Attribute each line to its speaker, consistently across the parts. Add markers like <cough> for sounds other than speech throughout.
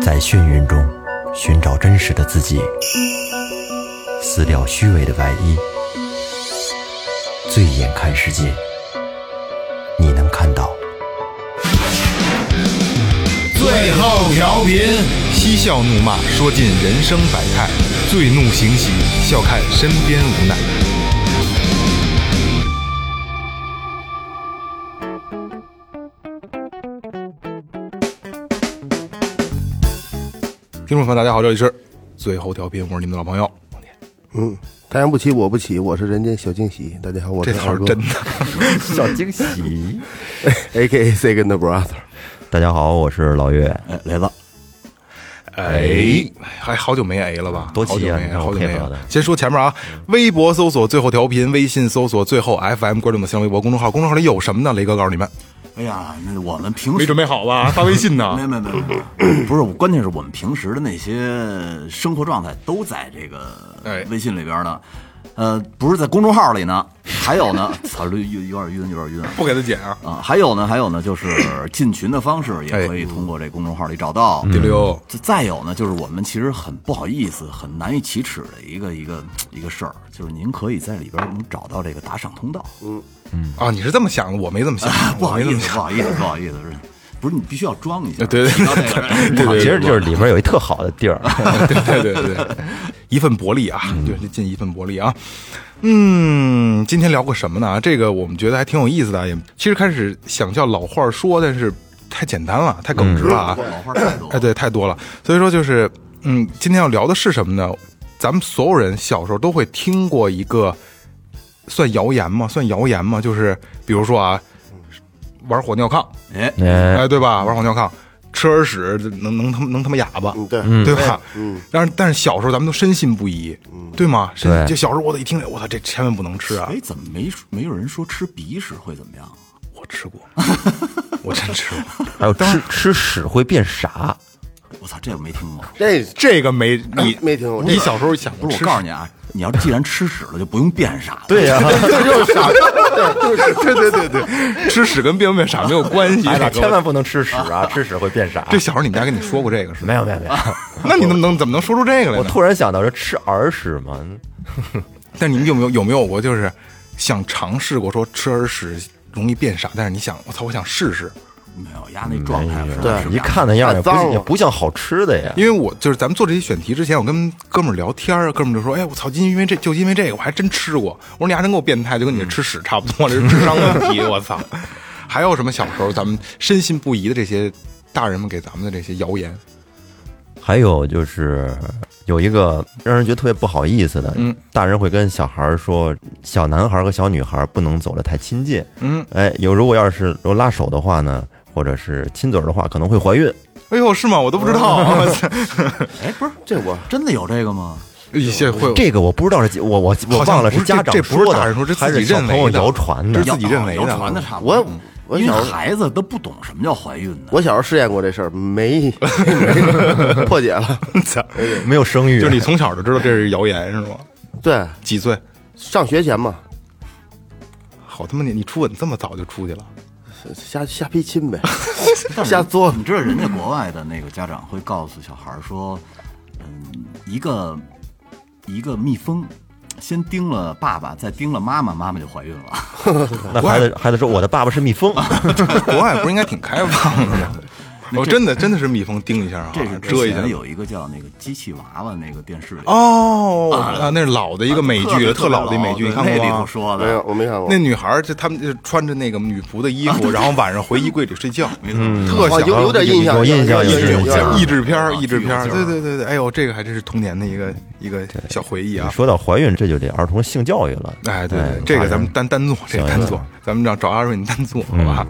Speaker 1: 在眩晕中寻找真实的自己，撕掉虚伪的外衣，醉眼看世界，你能看到。
Speaker 2: 最后调频，
Speaker 3: 嬉笑怒骂，说尽人生百态；醉怒行喜，笑看身边无奈。听众朋友，大家好，这里是最后调频，我是你们的老朋友。
Speaker 4: 嗯，太阳不起，我不起，我是人间小惊喜。大家好，我
Speaker 3: 这
Speaker 4: 是
Speaker 3: 词儿
Speaker 4: 耳朵
Speaker 3: 真的，
Speaker 1: 小惊喜！
Speaker 4: ，A K A Second Brother。
Speaker 1: <laughs> 大家好，我是老岳，
Speaker 5: 来了，
Speaker 3: 哎，还好久没 A 了吧？
Speaker 1: 多
Speaker 3: 好久
Speaker 1: 急啊
Speaker 3: 没
Speaker 1: 你
Speaker 3: A，
Speaker 1: 看我
Speaker 3: 好久没
Speaker 1: 配
Speaker 3: A
Speaker 1: 合的
Speaker 3: 了。先说前面啊，微博搜索最后调频，微信搜索最后 FM，关注我们的新浪微博公众号。公众号里有什么呢？雷哥告诉你们，
Speaker 5: 哎呀，那我们平
Speaker 3: 没
Speaker 5: 时
Speaker 3: 准啊备好吧？发微信呢？
Speaker 5: 没没没没，不是，关键是我们平时的那些生活状态都在这
Speaker 3: 哎
Speaker 5: 个微信里边呢，呃，不是在公众号里呢，还有
Speaker 3: <laughs>
Speaker 5: 呢，操，有有有点晕，有点晕啊。
Speaker 3: 不给他剪啊！
Speaker 5: 啊，还有呢，还有呢，就是进群的方
Speaker 3: 哎
Speaker 5: 式也可以通过这公众号里找到。
Speaker 3: 第六，
Speaker 5: 再再有呢，就是我们其实很不好意思、很难以启齿的一个一个一个事儿，就是您可以在里边能找到这个打赏通道。
Speaker 3: 啊，你是这么想的，我没这么想，
Speaker 5: <laughs> 不好
Speaker 3: 我没
Speaker 5: 意
Speaker 3: 这么
Speaker 5: 思，
Speaker 3: 想
Speaker 5: 不好意思，不好意思，不是，不是你必须要装一下。
Speaker 3: 对对对
Speaker 5: 到这个人
Speaker 3: 对对对
Speaker 1: 其实就是里面有一特好的 <laughs> 地儿，
Speaker 3: 对对对对，一份薄利啊，就是尽一份薄利啊。嗯，今天聊个什么呢？啊这个我们觉得还挺有意思的啊，也其实开始想叫老话说，但是太简单了，太耿直了啊。
Speaker 5: 老话太多
Speaker 3: 哎，，对，太多了。所以说就是，嗯，今天要聊的是什么呢？咱们所有人小时候都会听过一个，算谣言吗？算谣言吗？就是比如说啊，玩火尿炕，
Speaker 5: 哎，
Speaker 1: 哎，
Speaker 3: 哎，对吧？玩火尿炕，吃耳屎能能他妈能他妈哑巴，
Speaker 4: 嗯，
Speaker 3: 对
Speaker 4: 对，
Speaker 3: 吧？
Speaker 4: 嗯，
Speaker 3: 但是但是小时候咱们都深信不疑，对吗？深
Speaker 1: 对
Speaker 3: 就小时候我得一听，我操，这千万不能吃啊！
Speaker 5: 哎，怎么没说没有人说吃鼻屎会怎么样？
Speaker 3: 我吃过，我真吃过，
Speaker 1: 还有吃吃屎会变傻，
Speaker 5: 我操，这我没听过。
Speaker 4: 这
Speaker 3: 这个没你
Speaker 4: 没听过
Speaker 3: 你小时候想
Speaker 5: 不
Speaker 3: 过
Speaker 5: 是，
Speaker 3: 吃
Speaker 5: <laughs> 我告诉你啊，你要既然吃屎了，就不用变傻了。
Speaker 1: <laughs> 对呀，
Speaker 4: 就是傻，对，就是
Speaker 3: 对对对对，吃屎跟变不变傻没有关系，大哥
Speaker 5: 千
Speaker 1: 哎万不能吃屎 <laughs> 啊，吃屎会变傻
Speaker 3: 这小时候你们家跟你说过这个是吗？
Speaker 1: 没有没有没有，
Speaker 3: <laughs> 那你能能怎么能说出这个来
Speaker 1: 我
Speaker 3: 呢？
Speaker 1: 突然想到这吃耳屎 <laughs> 嘛，
Speaker 3: 但你们有没有有没有过就是想尝试过说吃耳屎容易变傻，但是你想我操，我想试试，
Speaker 5: 没有压那状态是吧，
Speaker 4: 对
Speaker 5: 是吧
Speaker 1: 一看那样儿也
Speaker 4: 太脏
Speaker 1: 不
Speaker 4: 了
Speaker 1: 也不像好吃的呀。
Speaker 3: 因为我就是咱们做这些选题之前，我跟哥们儿聊天儿，哥们儿就说：“哎，我操，因为这就因为这个，我还真吃过。”我说：“你还真够变态，就跟你吃屎差不多，这是智商问题。”我 <laughs> 操！还有什么小时候咱们深信不疑的这些大人们给咱们的这些谣言？
Speaker 1: 还有就是有一个让人觉得特别不好意思的，
Speaker 3: 嗯，
Speaker 1: 大人会跟小孩儿说，小男孩儿和小女孩儿不能走得太亲近，
Speaker 3: 嗯，
Speaker 1: 哎，有如果要是有拉手的话呢，或者是亲嘴儿的话，可能会怀孕。
Speaker 3: 哎呦，是吗？我都不知道。 <laughs> 我操
Speaker 5: 哎，不是，
Speaker 4: 这我
Speaker 5: 真的有这个吗？
Speaker 3: 一些会
Speaker 1: 这个我不知道是几我我我
Speaker 3: 好像
Speaker 1: 忘了
Speaker 3: 不是
Speaker 1: 家长
Speaker 3: 这这不是
Speaker 1: 说的，
Speaker 3: 大人说这
Speaker 1: 还
Speaker 3: 自己
Speaker 1: 是小
Speaker 3: 认为
Speaker 1: 朋友
Speaker 3: 的
Speaker 1: 谣传
Speaker 3: 这
Speaker 1: 的
Speaker 3: 是。自己认为的
Speaker 5: 谣谣传的差不多。
Speaker 4: 我
Speaker 5: 嗯
Speaker 4: 我
Speaker 5: 因为
Speaker 4: 小
Speaker 5: 孩子都不懂什么叫怀孕呢。
Speaker 4: 我小时候试验过这事儿，没没破解了。
Speaker 3: 操，
Speaker 1: 没有生育，
Speaker 3: <laughs> 就是你从小就知道这是谣言是吗？
Speaker 4: 对，
Speaker 3: 几岁？
Speaker 4: 上学前嘛，
Speaker 3: 好他妈你你初吻这么早就出去了？
Speaker 4: 瞎瞎批亲呗，
Speaker 5: 但是
Speaker 4: 瞎作
Speaker 5: 你知道人家国外的那个家长会告诉小孩儿说，嗯，一个一个蜜蜂先叮了爸爸，再叮了妈妈，妈妈就怀孕了。
Speaker 1: 那孩子孩子说我的爸爸是蜜
Speaker 3: <laughs>
Speaker 1: 蜂，
Speaker 3: 啊国外不是应该挺开放的
Speaker 5: <laughs>
Speaker 3: 吗？我真的真的是蜜蜂叮一下啊，
Speaker 5: 这 <laughs> 是
Speaker 3: 遮
Speaker 5: 之
Speaker 3: 一下
Speaker 5: 前。有一个叫那个机器娃娃那个电视里，
Speaker 3: 哦啊，那是老的一个美剧了，
Speaker 5: 特别
Speaker 3: 老的一美剧，
Speaker 5: 对
Speaker 3: 你看
Speaker 5: 那
Speaker 3: 过
Speaker 5: 里头
Speaker 3: 吗？哎
Speaker 5: 说
Speaker 4: 没有，
Speaker 5: 的，
Speaker 4: 我没看过
Speaker 3: 那。女孩儿就他们就穿着那个女仆的衣
Speaker 5: <laughs>
Speaker 3: 服，然后晚上回衣柜里睡觉，
Speaker 5: 嗯
Speaker 3: 特
Speaker 4: 哦，
Speaker 3: 想
Speaker 4: 有有点印象，
Speaker 1: 有印象
Speaker 4: 有
Speaker 1: 有
Speaker 4: 印
Speaker 1: 印
Speaker 4: 象
Speaker 1: 象
Speaker 3: 意志片儿，
Speaker 5: 啊
Speaker 3: 意志片儿，
Speaker 5: 这
Speaker 3: 对
Speaker 5: 个劲儿
Speaker 3: 对对对，哎呦，这个还真是童年的一个一个小回忆啊。
Speaker 1: 说到怀孕，这就得儿童性教育了。
Speaker 3: 哎，对对，这个咱们单单做，这个单做，咱们让找阿瑞你单做，好
Speaker 1: 嗯
Speaker 3: 吧？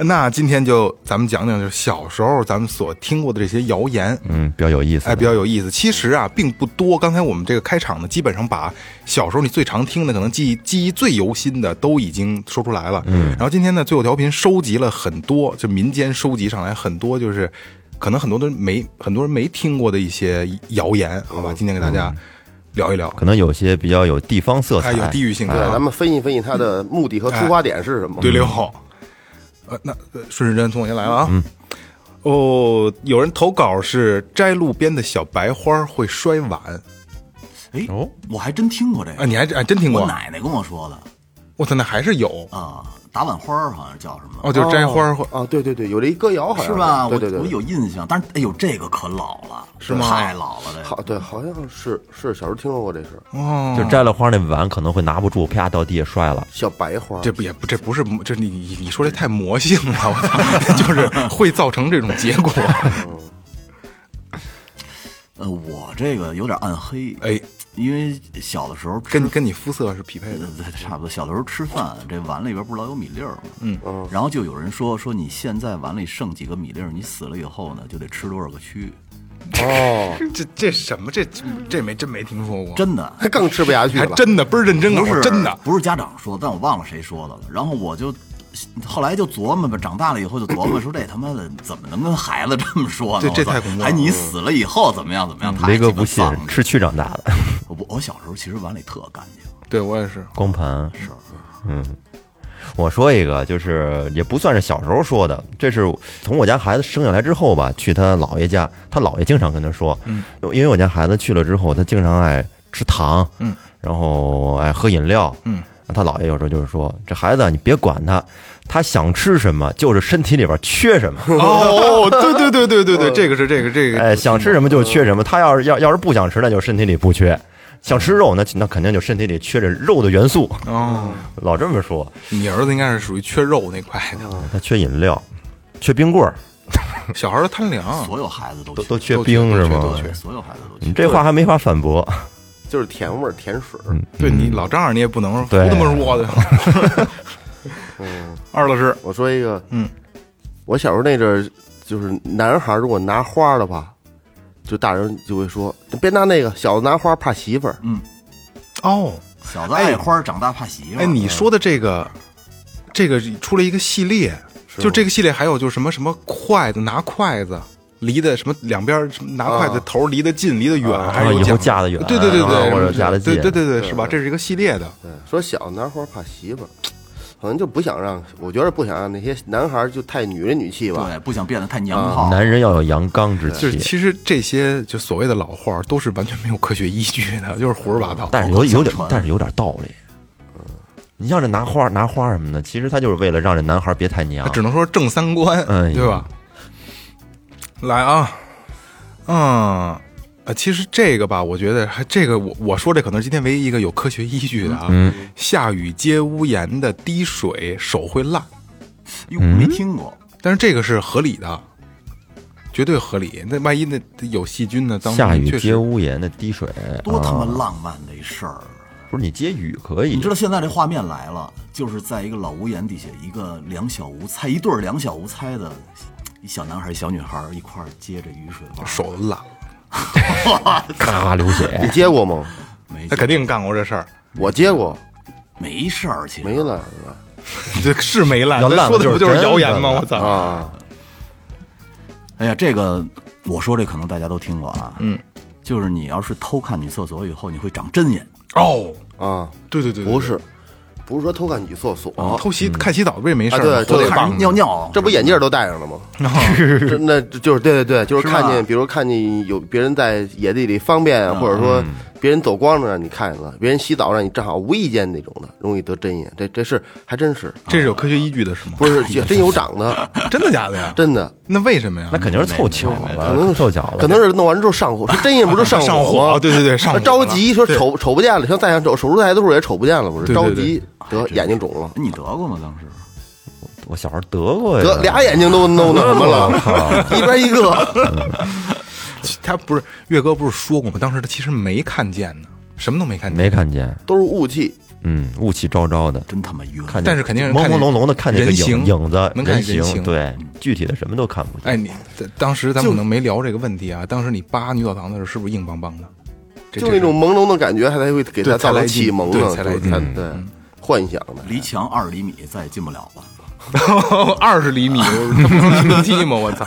Speaker 3: 那今天就咱们讲讲，就是小时候咱们所听过的这些谣言，
Speaker 1: 嗯，比较有意思。
Speaker 3: 哎，比较有意思。其实啊，并不多。刚才我们这个开场呢，基本上把小时候你最常听的，可能记忆记忆最犹新的都已经说出来了。嗯，然后今天呢，最后调频收集了很多，就民间收集上来很多，就是可能很多都没很多人没听过的一些谣言，好吧？今天给大家聊一聊，
Speaker 1: 哦嗯可能有些比较有地方色彩，
Speaker 3: 哎，有地域性
Speaker 4: 对，咱
Speaker 3: 的。
Speaker 4: 们分析分析它的目的和出发点是什么？
Speaker 3: 对，六，呃，那呃顺时针从我先来了啊。哦，有人投稿是摘路边的小白花会摔碗
Speaker 5: 哎，我还真听过这
Speaker 3: 啊，
Speaker 5: 个，
Speaker 3: 你还真、啊、真听
Speaker 5: 我
Speaker 3: 过？
Speaker 5: 奶奶跟我说的
Speaker 3: 我操，那还是有
Speaker 5: 啊，打碗花儿好像叫什么。
Speaker 3: 哦，就是摘花儿会。
Speaker 4: 啊，对对对，有这一歌谣好像
Speaker 5: 是吧？
Speaker 4: 对对
Speaker 5: 我
Speaker 4: 对，
Speaker 5: 我有印象，但是哎呦，这个可老了，
Speaker 3: 是吗
Speaker 5: 太老了，这个
Speaker 4: 好对，好像是是小时候听说过这事，
Speaker 3: 哦，
Speaker 1: 就摘了花那碗可能会拿不住，啪掉地下摔了。
Speaker 4: 小白花，
Speaker 3: 这不也不这不是这你你你说这太魔性了，我操， <laughs> 就是会造成这种结果。 <laughs>
Speaker 5: 呃，我这个有点暗黑，
Speaker 3: 哎，
Speaker 5: 因为小的时候吃
Speaker 3: 跟跟你肤色是匹配的
Speaker 5: 呃，对差不多，小的时候吃饭，这碗里边不是老有米粒儿吗？嗯，然后就有人说说你现在碗里剩几个米粒儿，你死了以后呢，就得吃多少个蛆，
Speaker 4: 哦
Speaker 3: 这这什么这这没真没听说过，
Speaker 5: 真的。
Speaker 4: 还更吃不下去
Speaker 3: 还
Speaker 4: 了。
Speaker 3: 真的倍儿认真啊，
Speaker 5: 不
Speaker 3: 我
Speaker 5: 是
Speaker 3: 真的
Speaker 5: 不是家长说，但我忘了谁说的了。然后我就后来就琢磨吧，长大了以后就琢磨说，这他妈的怎么能跟孩子这么说呢？
Speaker 3: 这这
Speaker 5: 我操
Speaker 3: 太恐怖了
Speaker 5: 还你死了以后怎么样怎么样？
Speaker 1: 嗯
Speaker 5: 太
Speaker 1: 雷哥
Speaker 5: 鸡巴
Speaker 1: 不信
Speaker 5: 丧了，
Speaker 1: 吃蛆长大的，
Speaker 5: 我我小时候其实碗里特干净，
Speaker 3: 对我也是。
Speaker 1: 光盘是，嗯。我说一个，就是也不算是小时候说的，这是从我家孩子生下来之后吧，去他姥爷家，他姥爷经常跟他说，嗯，因为我家孩子去了之后，他经常爱吃糖，嗯，然后爱喝饮料，嗯，他姥爷有时候就是说，这孩子啊你别管他，他想吃什么就是身体里边缺 <laughs> 什么，
Speaker 3: 哦，对对对对对对，这个是这个这个，
Speaker 1: 哎，想吃什么就缺什么。他要是要要是不想吃，那就身体里不缺；想吃肉，那那肯定就身体里缺着肉的元素。
Speaker 3: 哦，
Speaker 1: 老这么说，
Speaker 3: 你儿子应该是属于缺肉那块的，
Speaker 1: 他缺饮料，缺冰棍儿，
Speaker 3: 小孩儿贪凉，啊
Speaker 5: 所有孩子都
Speaker 1: 都
Speaker 5: 都
Speaker 1: 都缺冰是吗？
Speaker 5: 对，所有孩子都
Speaker 1: 你
Speaker 5: 去。
Speaker 1: 这话还没法反驳。
Speaker 4: 就是甜味儿、甜水儿。
Speaker 3: 对你老丈人你也不能胡
Speaker 1: 对
Speaker 3: 他妈说的。 <laughs> 二老师，
Speaker 4: 我说一个，
Speaker 3: 嗯，
Speaker 4: 我小时候那阵儿，就是男孩儿如果拿花儿的话，就大人就会说，别拿那个，小子拿花儿怕媳妇儿。
Speaker 3: 嗯哦，
Speaker 5: 小子爱花，长大怕媳妇儿。
Speaker 3: 哎，你说的这个，这个出了一个系列，就这个系列还有就是什么什么筷子拿筷子。离得什么两边儿什么拿筷子头儿离得近离得远，还是有
Speaker 1: 以后
Speaker 3: 讲究
Speaker 1: 架得远
Speaker 3: 对对对对，
Speaker 1: 啊或者架得近
Speaker 3: 对对啊对对，是吧？这是一个系列的，
Speaker 4: 对，嗯说小子拿花儿怕媳妇儿，可能就不想让，我觉得不想让那些男孩儿就太女人女气吧。
Speaker 5: 对，不想变得太娘炮。
Speaker 1: 男人要有阳刚之
Speaker 3: 就是
Speaker 1: 气，
Speaker 3: 其实这些就所谓的老话儿都是完全没有科学依据的，就是胡说八道。
Speaker 1: 但是有有点
Speaker 5: 口口相传，
Speaker 1: 但是有点道理。嗯你像这拿花拿花什么的，其实他就是为了让这男孩别太娘
Speaker 3: 他。只能说正三观，
Speaker 1: 哎呀
Speaker 3: 对吧？来啊，嗯。呃，其实这个吧，我觉得还这个我我说这可能是今天唯一一个有科学依据的啊。
Speaker 1: 嗯
Speaker 3: 下雨接屋檐的滴水手会烂，
Speaker 5: 哟，没
Speaker 1: 嗯
Speaker 5: 听过，
Speaker 3: 但是这个是合理的，绝对合理。那万一那有细菌呢？脏
Speaker 1: 下雨
Speaker 3: 确实
Speaker 1: 接屋檐的滴水，
Speaker 5: 多他妈
Speaker 1: 啊
Speaker 5: 浪漫的一事儿啊！
Speaker 1: 不是你接雨可以，
Speaker 5: 你知道现在这画面来了，就是在一个老屋檐底下，一个两小无猜，一对儿两小无猜的，一小男孩、一小女孩一块儿接着雨水玩。
Speaker 3: 手都烂了，
Speaker 1: 咔流血
Speaker 4: 你，接过吗？
Speaker 5: 没
Speaker 3: 他肯定干过这事儿，
Speaker 4: 我接过，
Speaker 5: 没事儿，其实
Speaker 4: 没了
Speaker 3: 这是没烂。
Speaker 1: 要
Speaker 3: 咱
Speaker 1: 烂了
Speaker 3: 说的
Speaker 1: 就是
Speaker 3: 不就是
Speaker 1: 真
Speaker 3: 谣言
Speaker 1: 烂
Speaker 3: 吗？
Speaker 1: 了
Speaker 3: 我操！
Speaker 4: 啊。
Speaker 5: 哎呀，这个我说这可能大家都听过啊。嗯，就是你要是偷看女厕所以后，你会长针眼。
Speaker 3: 哦，
Speaker 4: 啊，
Speaker 3: 对对对，对
Speaker 4: 不是，不是说偷看女厕所，
Speaker 3: 偷
Speaker 1: 嗯
Speaker 3: 洗看洗澡不也没事儿
Speaker 4: 啊对
Speaker 3: 吗？
Speaker 4: 对
Speaker 3: 都得
Speaker 4: 对
Speaker 5: 看
Speaker 3: 棒着
Speaker 5: 人尿尿，
Speaker 4: 这不眼镜儿都戴上了吗？
Speaker 3: <laughs>
Speaker 4: <laughs> 这那就是对对对，就是
Speaker 5: 是吧
Speaker 4: 看见，比如看见有别人在野地里方便，
Speaker 3: 嗯
Speaker 4: 或者说别人走光了让你看见了，别人洗澡让你正好无意间那种的，容易得真眼。这这事还真是，
Speaker 3: 这是有科学依据的，是吗？
Speaker 4: 不
Speaker 3: <laughs>
Speaker 4: 是也真有长的，
Speaker 3: 真的假的呀？
Speaker 4: 真的，
Speaker 3: 那为什么呀？
Speaker 1: 那肯定是凑巧
Speaker 4: 可能
Speaker 1: 了，
Speaker 4: 是
Speaker 1: 凑巧了，
Speaker 4: 可能是弄完之后上火，是真眼不是
Speaker 3: <laughs>
Speaker 4: 上
Speaker 3: 上
Speaker 4: 火
Speaker 3: 火啊
Speaker 4: 吗？
Speaker 3: 对对对上火了
Speaker 4: 着急说
Speaker 3: 对
Speaker 4: 瞅瞅不见了，像再想瞅手术台的时候也瞅不见了，不是
Speaker 3: 对对
Speaker 4: 着
Speaker 3: 对啊
Speaker 4: 急得眼睛肿了，
Speaker 5: 你得过吗？当时
Speaker 1: 我小时候得过呀，
Speaker 3: 啊
Speaker 4: 得俩眼睛都弄那什么
Speaker 1: 我
Speaker 3: <laughs>
Speaker 4: 了，
Speaker 1: 靠，
Speaker 4: 一边一
Speaker 3: <laughs>
Speaker 4: 个。<laughs>
Speaker 3: 他不是岳哥不是说过吗？当时他其实没看见呢，什么都没看见，
Speaker 1: 没看见，
Speaker 4: 都是雾气，
Speaker 1: 嗯，雾气昭昭的，
Speaker 5: 真他妈冤。
Speaker 1: 看见，
Speaker 3: 但是肯定是
Speaker 1: 朦
Speaker 3: 看
Speaker 1: 朦
Speaker 3: 见
Speaker 1: 胧胧的看见个
Speaker 3: 人形
Speaker 1: 影影子，
Speaker 3: 能看见
Speaker 1: 形，
Speaker 3: 人形嗯
Speaker 1: 对，具体的什么都看不见。
Speaker 3: 哎，你当时咱们可能没聊这个问题啊。当时你扒女澡堂的时候，是不是硬邦邦的？这
Speaker 4: 就那种朦胧的感觉，还才会给
Speaker 3: 对
Speaker 4: 他造
Speaker 3: 才来
Speaker 4: 成
Speaker 3: 劲
Speaker 4: 启蒙
Speaker 3: 对
Speaker 4: 呢，
Speaker 3: 才来
Speaker 4: 就是
Speaker 3: 劲嗯
Speaker 4: 他对幻想的。
Speaker 5: 离墙二十厘米，再也进不了了。
Speaker 3: <laughs> 二
Speaker 1: <laughs>
Speaker 3: 十厘米，这不能零七吗？我操！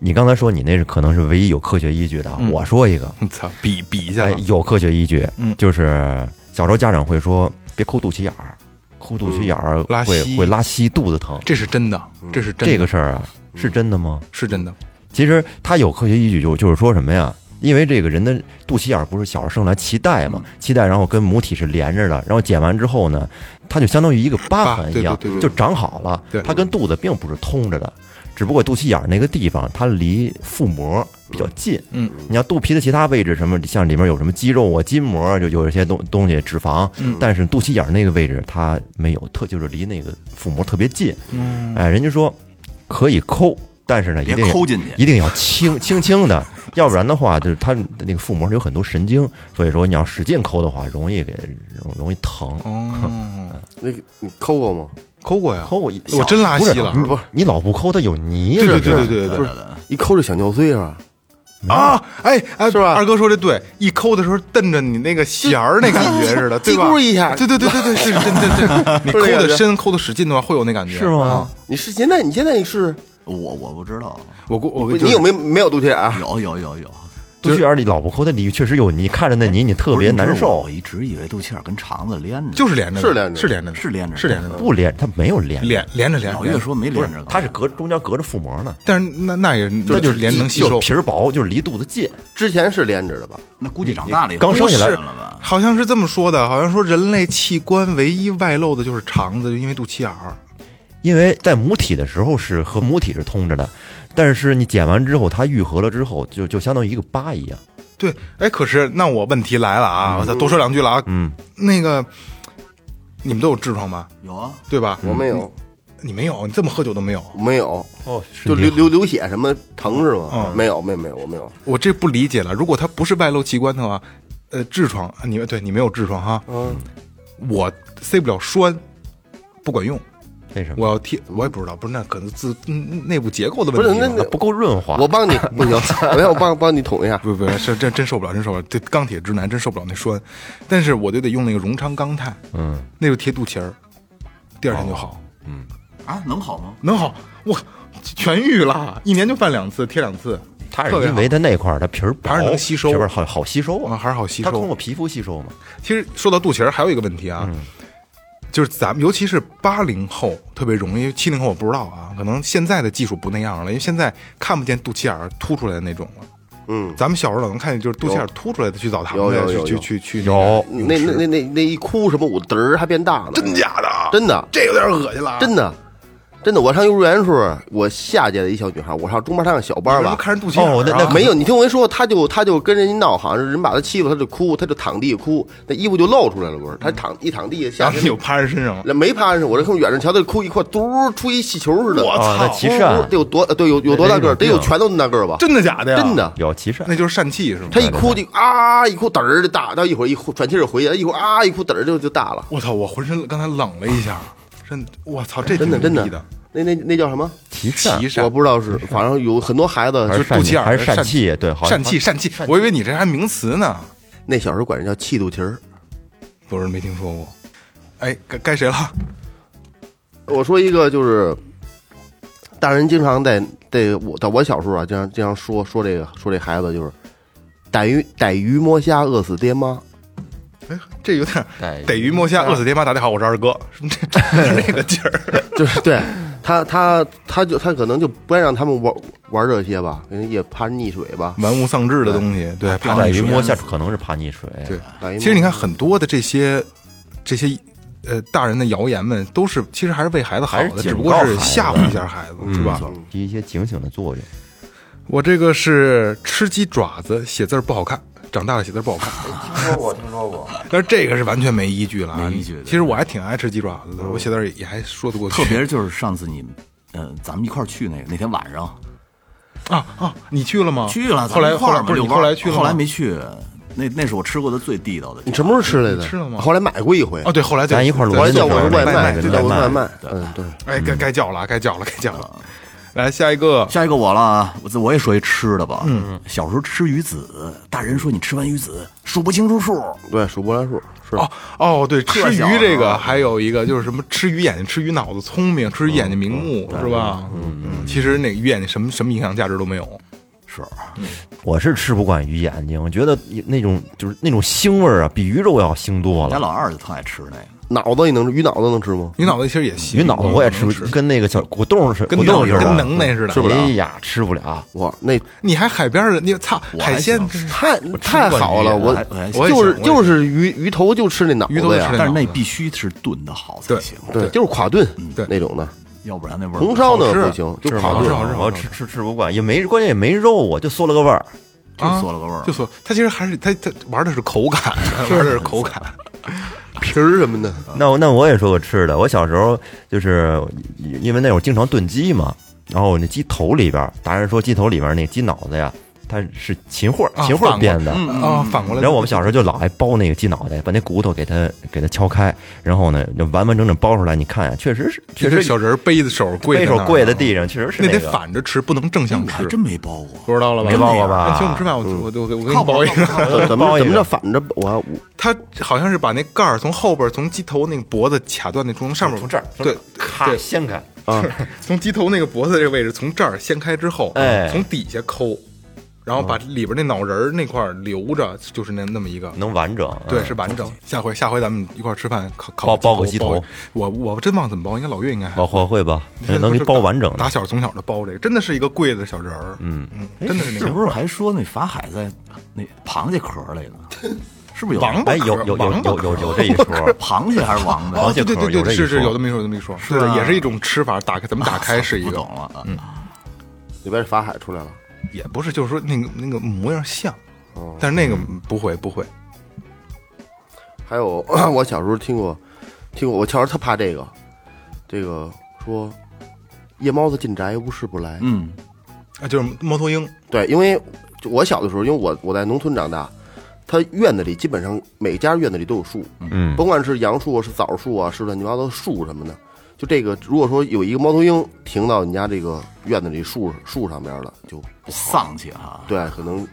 Speaker 1: 你刚才说你那是可能是唯一有科学依据的啊，我说一个，
Speaker 3: 我操，比比一下
Speaker 1: 哎
Speaker 3: 嗯吧，
Speaker 1: 有科学依据
Speaker 3: 嗯，
Speaker 1: 就是小时候家长会说别抠肚脐眼儿，抠肚脐眼儿
Speaker 3: 嗯拉
Speaker 1: 会
Speaker 3: 稀
Speaker 1: 会拉稀，肚子疼，
Speaker 3: 这是真的，这是真的，
Speaker 1: 这个事儿啊是真的吗？
Speaker 3: 是真的。
Speaker 1: 其实它有科学依据，就就是说什么呀？因为这个人的肚脐眼儿不是小时候生来脐带
Speaker 3: 嗯
Speaker 1: 嘛，脐带然后跟母体是连着的，然后剪完之后呢，它就相当于一个疤痕一样，
Speaker 3: 对对对对
Speaker 1: 就长好了
Speaker 3: 对。
Speaker 1: 它跟肚子并不是通着的，只不过肚脐眼儿那个地方它离腹膜比较近。
Speaker 3: 嗯，
Speaker 1: 你要肚皮的其他位置什么，像里面有什么肌肉啊、筋膜啊，就有一些东东西脂肪，
Speaker 3: 嗯
Speaker 1: 但是肚脐眼儿那个位置它没有特，就是离那个腹膜特别近。嗯，哎，人家说可以抠，但是呢，一
Speaker 5: 别
Speaker 1: 定
Speaker 5: 抠进去
Speaker 1: 一定要轻 <laughs> 轻轻的，要不然的话，就是它那个腹膜有很多神经，所以说你要使劲抠的话，容易给容容易疼。 <laughs>
Speaker 3: 哦，
Speaker 4: 那个你抠过吗？
Speaker 3: 抠过呀，
Speaker 1: 抠我一
Speaker 3: 我真拉稀了
Speaker 1: 不是
Speaker 4: 不是
Speaker 1: 你老不抠它有泥，
Speaker 3: 对对
Speaker 1: 是不是
Speaker 3: 对对对对
Speaker 4: 一抠就想尿碎是吧？
Speaker 3: 啊！哎哎，
Speaker 4: 是吧
Speaker 3: 二哥说的对，一抠的时候瞪着你那个弦儿那感觉似
Speaker 4: <laughs>
Speaker 3: 的，对吧？
Speaker 4: 叽咕一下
Speaker 3: 对对对对对，是真真真。你抠
Speaker 4: 是这感
Speaker 3: 的
Speaker 4: 觉
Speaker 3: 深、抠的使劲的话，会有那感觉。
Speaker 1: 是？吗？
Speaker 4: 你是现在你现在你试试，
Speaker 5: 我我不知道，
Speaker 3: 我估我估计
Speaker 4: 你有没有没有肚脐眼啊儿？
Speaker 5: 有有有有，
Speaker 1: 肚脐眼里老不抠它里确实有泥，看着那泥你特别
Speaker 5: 不
Speaker 1: 难
Speaker 5: 是你知道我
Speaker 1: 受
Speaker 5: 我。一直以为肚脐眼跟肠子连着，
Speaker 3: 就是连着的，
Speaker 4: 是连着的
Speaker 3: 是连着的，
Speaker 5: 是连着的
Speaker 3: 是连着的，
Speaker 1: 不连，它没有连，
Speaker 3: 连连着连着。
Speaker 5: 老岳说没连着，
Speaker 1: 它是隔中间隔着腹膜呢，
Speaker 3: 但是那那也
Speaker 1: 它
Speaker 3: 那
Speaker 1: 就是
Speaker 3: 连着能吸
Speaker 1: 就
Speaker 3: 收
Speaker 1: 是。皮儿薄，就是离肚子近。
Speaker 4: 之前是连着的吧？
Speaker 5: 那估计长大了以后
Speaker 1: 刚生下来
Speaker 5: 不是了吧？
Speaker 3: 好像是这么说的，好像说人类器官唯一外露的就是肠子，就因为肚脐眼儿。
Speaker 1: 因为在母体的时候是和母体是通着的，但是你剪完之后，它愈合了之后，就就相当于一个疤一样。
Speaker 3: 对，哎，可是那我问题来了啊，我再多说两句了啊。
Speaker 1: 嗯，
Speaker 3: 那个，你们都有痔疮吗？
Speaker 5: 有啊，
Speaker 3: 对吧？
Speaker 4: 我没有，
Speaker 3: 你没有，你这么喝酒都没有。
Speaker 4: 没有，
Speaker 1: 哦，
Speaker 4: 就流流流血什么疼是吗？
Speaker 3: 嗯
Speaker 4: 没有，没有没有，我没有。
Speaker 3: 我这不理解了。如果它不是外露器官的话，呃，痔疮，你对你没有痔疮哈，
Speaker 4: 嗯，
Speaker 3: 我塞不了栓，不管用。
Speaker 1: 为什么？
Speaker 3: 我要贴，我也不知道，不是那可能自嗯内部结构的
Speaker 4: 不是
Speaker 3: 问题吧。
Speaker 4: 那那
Speaker 1: 不够润滑。
Speaker 4: 我
Speaker 3: <laughs>
Speaker 4: 帮你不行，我要帮帮你捅一下。
Speaker 3: 不不是真真受不了，真受不了，这钢铁直男真受不了那栓，但是我就得用那个荣昌钢钛，
Speaker 1: 嗯，
Speaker 3: 那就贴肚脐儿，第二天就好，
Speaker 4: 哦
Speaker 5: 啊，能好吗？
Speaker 3: 能好，我痊愈了，一年就犯两次，贴两次，
Speaker 1: 它是
Speaker 3: 特别
Speaker 1: 因
Speaker 3: 好
Speaker 1: 为它那块儿它皮儿薄，
Speaker 3: 还是能吸收
Speaker 1: 皮儿好好吸收
Speaker 3: 啊
Speaker 1: 啊，
Speaker 3: 还是好吸
Speaker 1: 它通
Speaker 3: 收
Speaker 1: 过。皮肤吸收嘛。
Speaker 3: 其实说到肚脐儿，还有一个问题啊，
Speaker 4: 嗯
Speaker 3: 就是咱们尤其是八零后特别容易，七零后我不知道啊，可能现在的技术不那样了，因为现在看不见肚脐眼儿凸出来的那种了。
Speaker 4: 嗯，
Speaker 3: 咱们小时候老能看见，就是肚脐眼儿凸出来的去澡堂
Speaker 4: 有有
Speaker 3: 子，
Speaker 4: 有
Speaker 3: 去
Speaker 4: 有
Speaker 3: 去去去
Speaker 1: 有
Speaker 4: 那那那那那一哭什么，我嘚儿还变大了，
Speaker 3: 真假的啊，
Speaker 4: 真的
Speaker 3: 这有点恶心了啊，
Speaker 4: 真的真的。我上幼儿园的时候，我下届的一小女孩，我上中班上个小班
Speaker 3: 你
Speaker 4: 吧
Speaker 3: 不，看人肚脐眼儿啊
Speaker 1: 哦那那
Speaker 4: 没有，你听我一说，他就他就跟人家闹，好像是人把他欺负，他就哭，他就躺地哭，那衣服就露出来了，不是？他躺一躺地
Speaker 3: <laughs>
Speaker 4: 下
Speaker 3: 然后，你就趴人身上了，
Speaker 4: 那没趴上，我这看远处瞧他哭一块，嘟儿出一气球似的，
Speaker 1: 啊，那
Speaker 4: 呼
Speaker 1: 脐
Speaker 4: 噜
Speaker 1: 扇
Speaker 3: 哦
Speaker 4: 得有多呃对有有多大个儿？
Speaker 1: 那
Speaker 4: 得
Speaker 1: 那种
Speaker 4: 有拳头那么大个儿吧？
Speaker 3: 真的假的呀？
Speaker 4: 真，的。
Speaker 1: 有脐扇
Speaker 3: 啊那，就是疝气是吗？
Speaker 4: 他一哭就啊一哭嘚儿就大，到一会儿一呼喘气儿就回去，一会儿啊一哭嘚儿就就大了。
Speaker 3: 我操！我浑身刚才冷了一下，真我操，这
Speaker 4: 真的
Speaker 3: 挺
Speaker 4: 真
Speaker 3: 牛
Speaker 4: 的
Speaker 3: 逼的，
Speaker 4: 那那那叫什么？
Speaker 1: 脐扇
Speaker 3: 脐。扇
Speaker 4: 我不知道是，反正有很多孩子
Speaker 1: 还
Speaker 4: 就是是
Speaker 1: 扇
Speaker 3: 啊肚脐眼儿
Speaker 1: 还是
Speaker 3: 扇
Speaker 1: 扇气？对，好像
Speaker 3: 疝气，疝气。我以为你这还名词呢，
Speaker 4: 那小时候管人叫气肚脐儿。
Speaker 3: 不是没听说过。哎，该该谁了？ <laughs>
Speaker 4: 我说一个就是，大人经常在在我在我小时候啊，经常经常说说这个说这孩子就是逮鱼逮鱼摸虾饿死爹妈，
Speaker 3: 哎，这有点
Speaker 1: 逮鱼
Speaker 3: 逮鱼摸虾，饿死爹妈。大家好，我是二哥， <laughs> 是不是这是那个劲
Speaker 1: <laughs>
Speaker 3: 儿。
Speaker 4: 就是对他他他就他可能就不爱让他们玩玩这些吧，可能也怕溺水吧。
Speaker 3: 玩物丧志的东西，对，怕
Speaker 1: 在于
Speaker 3: 溺水。
Speaker 1: 摸下可能是怕溺水。
Speaker 3: 啊对，
Speaker 4: 逮鱼摸
Speaker 3: 其实你看很多的这些这些呃大人的谣言们，都是其实还是为孩子好
Speaker 1: 还是
Speaker 3: 的，
Speaker 1: 警
Speaker 3: 只不过
Speaker 1: 告
Speaker 3: 是
Speaker 1: 孩子嗯
Speaker 3: 吓唬一下孩子，是吧？嗯
Speaker 1: 起一些警醒的作用。
Speaker 3: 我这个是吃鸡爪子，写字儿不好看，长大了写字儿不好看。听说过，听说过。但是这个是完全没依据了啊！
Speaker 5: 没依据的嗯
Speaker 3: 其实我还挺爱吃鸡爪子的，我写字儿也还说得过去。
Speaker 5: 特别就是上次你们，呃，咱们一块儿去那个那天晚上
Speaker 3: 啊啊！你去了吗？
Speaker 5: 去了，
Speaker 3: 后
Speaker 5: 咱们
Speaker 3: 来
Speaker 5: 一块
Speaker 3: 后
Speaker 5: 儿
Speaker 3: 来不是
Speaker 5: 遛
Speaker 3: 你
Speaker 5: 弯儿
Speaker 3: 后来去了吗？
Speaker 5: 后来没去，那那是我吃过的最地道的
Speaker 4: 你。什么时候吃来的？
Speaker 3: 吃了吗
Speaker 4: 后来买过一回，
Speaker 3: 哦，对，后来就
Speaker 1: 咱一块儿录
Speaker 4: 后来
Speaker 1: 咱
Speaker 4: 叫过
Speaker 1: 那
Speaker 4: 一
Speaker 1: 会儿
Speaker 4: 外卖，
Speaker 1: 那个
Speaker 4: 对叫过
Speaker 1: 外卖
Speaker 4: 外卖。嗯，对，
Speaker 3: 哎，该该叫了，该叫了，该叫了。来下一个，
Speaker 5: 下一个我了啊，我自我也说一吃的吧。嗯，小时候吃鱼子，大人说你吃完鱼子数不清楚数，
Speaker 4: 对，数波兰数是
Speaker 3: 哦哦，对，吃
Speaker 5: 特小
Speaker 3: 鱼这个
Speaker 5: 啊
Speaker 3: 还有一个就是什么吃鱼眼睛、吃鱼脑子
Speaker 5: 嗯
Speaker 3: 聪明、吃鱼眼睛明目，是吧？嗯，其实那个鱼眼睛什么什么营养价值都没有，
Speaker 1: 时候，我是吃不惯鱼眼睛，我觉得那种就是那种腥味儿啊，比鱼肉要腥多
Speaker 5: 我家
Speaker 1: 了。
Speaker 5: 老二就特爱吃那个，
Speaker 4: 脑子你能鱼脑子能吃吗？
Speaker 3: 你脑子其实也行，
Speaker 1: 鱼脑子我也吃不，跟那个小果冻似的，
Speaker 3: 跟
Speaker 1: 果冻
Speaker 3: 能
Speaker 1: 似的，
Speaker 3: 跟能耐似的
Speaker 1: 吃不了。
Speaker 3: 哎
Speaker 1: 哎呀，吃不了。
Speaker 4: 哇，那
Speaker 3: 你还海边儿的，你操
Speaker 5: 我还
Speaker 3: 海鲜
Speaker 5: 行
Speaker 3: 真是
Speaker 4: 太
Speaker 3: 吃不
Speaker 4: 太
Speaker 3: 惯
Speaker 4: 好了，
Speaker 3: 鱼啊
Speaker 4: 我
Speaker 5: 还我还
Speaker 3: 我也
Speaker 4: 就是
Speaker 3: 行我也
Speaker 4: 就是鱼鱼头就吃那脑
Speaker 3: 鱼头
Speaker 4: 子
Speaker 3: 就吃
Speaker 4: 呀，
Speaker 3: 那
Speaker 5: 但是那
Speaker 3: 脑子
Speaker 5: 必须是炖的好才
Speaker 3: 对嗯
Speaker 5: 行，
Speaker 4: 对，就是垮炖
Speaker 3: 对
Speaker 4: 那种的，
Speaker 5: 要不然那味儿
Speaker 4: 红烧呢
Speaker 3: 好吃
Speaker 4: 不行，就
Speaker 3: 吃
Speaker 4: 垮
Speaker 3: 好吃
Speaker 4: 炖。
Speaker 3: 好吃
Speaker 1: 我
Speaker 3: 好吃
Speaker 1: 吃吃吃不惯，也没关键也没肉啊，就缩了个味儿。
Speaker 5: 就嗦了个味儿
Speaker 3: 啊就。说他其实还是他他玩的是
Speaker 1: <laughs>
Speaker 3: 口感，玩的是口感。
Speaker 4: 皮儿什
Speaker 3: <laughs>
Speaker 4: 么的，
Speaker 1: 那我那我也说个吃的，我小时候就是因因为那会儿经常炖鸡嘛，然后那鸡头里边儿，达人说鸡头里边儿那鸡脑子呀，它是秦桧儿
Speaker 3: 啊
Speaker 1: 秦桧儿
Speaker 3: 反过
Speaker 1: 变的。
Speaker 3: 啊，反过来，
Speaker 1: 然后我们小时候就老爱剥那个鸡脑袋，把那骨头给它给它敲开，然后呢就完完整整剥出来。你看呀，确实是，确
Speaker 3: 这
Speaker 1: 实
Speaker 3: 小人儿背着手跪
Speaker 1: 背
Speaker 3: 在那儿啊
Speaker 1: 手跪在地上，确实是
Speaker 3: 那得
Speaker 1: 个。嗯
Speaker 3: 反着吃，不能正向
Speaker 5: 哎我还
Speaker 3: 吃，
Speaker 5: 真没包过，
Speaker 3: 不知道了吧？
Speaker 1: 没包过吧
Speaker 3: 那请我们吃
Speaker 1: 嗯
Speaker 3: 饭，我我我我给你呃包一
Speaker 5: 靠
Speaker 3: 个。 <laughs>
Speaker 4: 怎
Speaker 1: 包
Speaker 4: 么
Speaker 1: 一个
Speaker 4: 怎么着反着我我
Speaker 3: 他好像是把那盖儿从后边儿从鸡头那个脖子卡断那从上面
Speaker 1: 从这儿
Speaker 3: 对
Speaker 1: 咔
Speaker 3: 对
Speaker 1: 掀开，
Speaker 3: 从鸡头那个脖子这个位置从这儿掀开之后，
Speaker 1: 哎
Speaker 3: 从底下抠，然后把里边那脑仁儿那块儿留着，就是那那么一个。
Speaker 1: 能完整。
Speaker 3: 对，
Speaker 1: 嗯
Speaker 3: 是完整。下回下回咱们一块儿吃饭，烤
Speaker 1: 包
Speaker 3: 烤
Speaker 1: 包个鸡头
Speaker 3: 包我我真忘了怎么包，应该老岳应该还
Speaker 1: 老火会吧，能给
Speaker 3: 你
Speaker 1: 你包完整的
Speaker 3: 打。小从小就包这个，真的是一个贵的小人儿。嗯嗯，
Speaker 1: 哎
Speaker 3: 真的是那
Speaker 5: 是
Speaker 3: 种
Speaker 5: 不是还说那法海在那螃蟹壳里
Speaker 3: <laughs>
Speaker 5: 呢？是不是有哎
Speaker 3: 王八哦
Speaker 1: 哎，有有有
Speaker 3: 王八
Speaker 1: 有有有这一
Speaker 5: <laughs>
Speaker 1: 说，
Speaker 5: 螃蟹还是王
Speaker 3: <laughs>
Speaker 5: 八？
Speaker 1: 螃蟹
Speaker 3: 啊对对
Speaker 1: 壳
Speaker 3: 对
Speaker 1: 有这
Speaker 3: 对，
Speaker 1: 一
Speaker 3: 是是
Speaker 1: 说啊
Speaker 3: 有这么一说，有这么一说，是
Speaker 5: 吧
Speaker 3: 也是一种吃法。打开怎么打开是一
Speaker 5: 不
Speaker 3: 个，
Speaker 5: 懂了。嗯，
Speaker 4: 里边法海出来了，
Speaker 3: 也不是就是说那个那个模样像，
Speaker 1: 哦
Speaker 3: 但是那个
Speaker 1: 嗯
Speaker 3: 不会不会。
Speaker 4: 还有 <clears throat> 我小时候听过， <clears throat> 听过我小时候特怕这个，这个说夜猫子进宅无事不来，
Speaker 5: 嗯，
Speaker 3: 啊，就是猫头鹰，
Speaker 4: 对，因为就我小的时候，因为我我在农村长大，他院子里基本上每家院子里都有树，
Speaker 1: 嗯
Speaker 4: 甭管是杨树啊、是枣树啊，是乱七八糟的树什么的。就这个，如果说有一个猫头鹰停到你家这个院子里树树上边了，就
Speaker 5: 丧气哈。
Speaker 4: 对，可能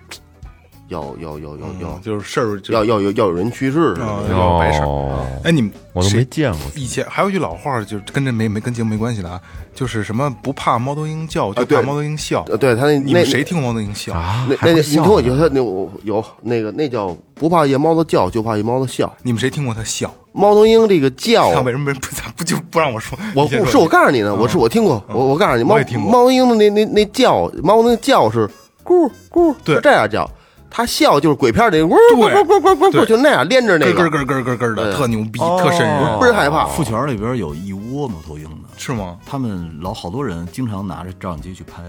Speaker 4: 要要要
Speaker 1: 嗯
Speaker 3: 嗯
Speaker 4: 要要、
Speaker 3: 就是事儿就
Speaker 4: 要要有要有人去世似
Speaker 3: 啊
Speaker 4: 的。
Speaker 3: 有白事儿。
Speaker 1: 哦，
Speaker 3: 哎，你们
Speaker 1: 我都
Speaker 3: 谁
Speaker 1: 没见过。
Speaker 3: 以前还有一句老话，就是跟这没没跟节目没关系的啊，就是什么不怕猫头鹰叫，就
Speaker 4: 对
Speaker 3: 怕猫头鹰笑。
Speaker 4: 呃，对他那
Speaker 3: 你
Speaker 4: 那
Speaker 3: 们谁听过猫头鹰笑？
Speaker 1: 啊
Speaker 4: 那那那，你听我觉得那我有那个那叫不怕夜猫子叫，就怕夜猫子笑。
Speaker 3: 你们谁听过它笑？
Speaker 4: 猫头鹰这个叫
Speaker 3: 看，为什么不咋不就不让我说？
Speaker 4: 哦我
Speaker 3: 你先说
Speaker 4: 是我告诉你呢，我是我听过，我我告诉你，猫
Speaker 3: 我也听过
Speaker 4: 猫头鹰的那那那叫，猫头鹰叫是咕咕，
Speaker 3: 对
Speaker 4: 就这样叫。它笑就是鬼片里咕咕
Speaker 3: 对
Speaker 4: 咕咕咕咕咕，
Speaker 3: 对
Speaker 4: 就那样连着那
Speaker 3: 咯咯
Speaker 4: 个，
Speaker 3: 咯哦咯咯咯的，
Speaker 4: 嗯
Speaker 3: 特牛逼，
Speaker 1: 哦
Speaker 3: 特瘆人，
Speaker 4: 倍儿害怕。
Speaker 5: 富泉里边有一窝猫头鹰呢，
Speaker 3: 是吗？
Speaker 5: 他们老好多人经常拿着照相机去拍。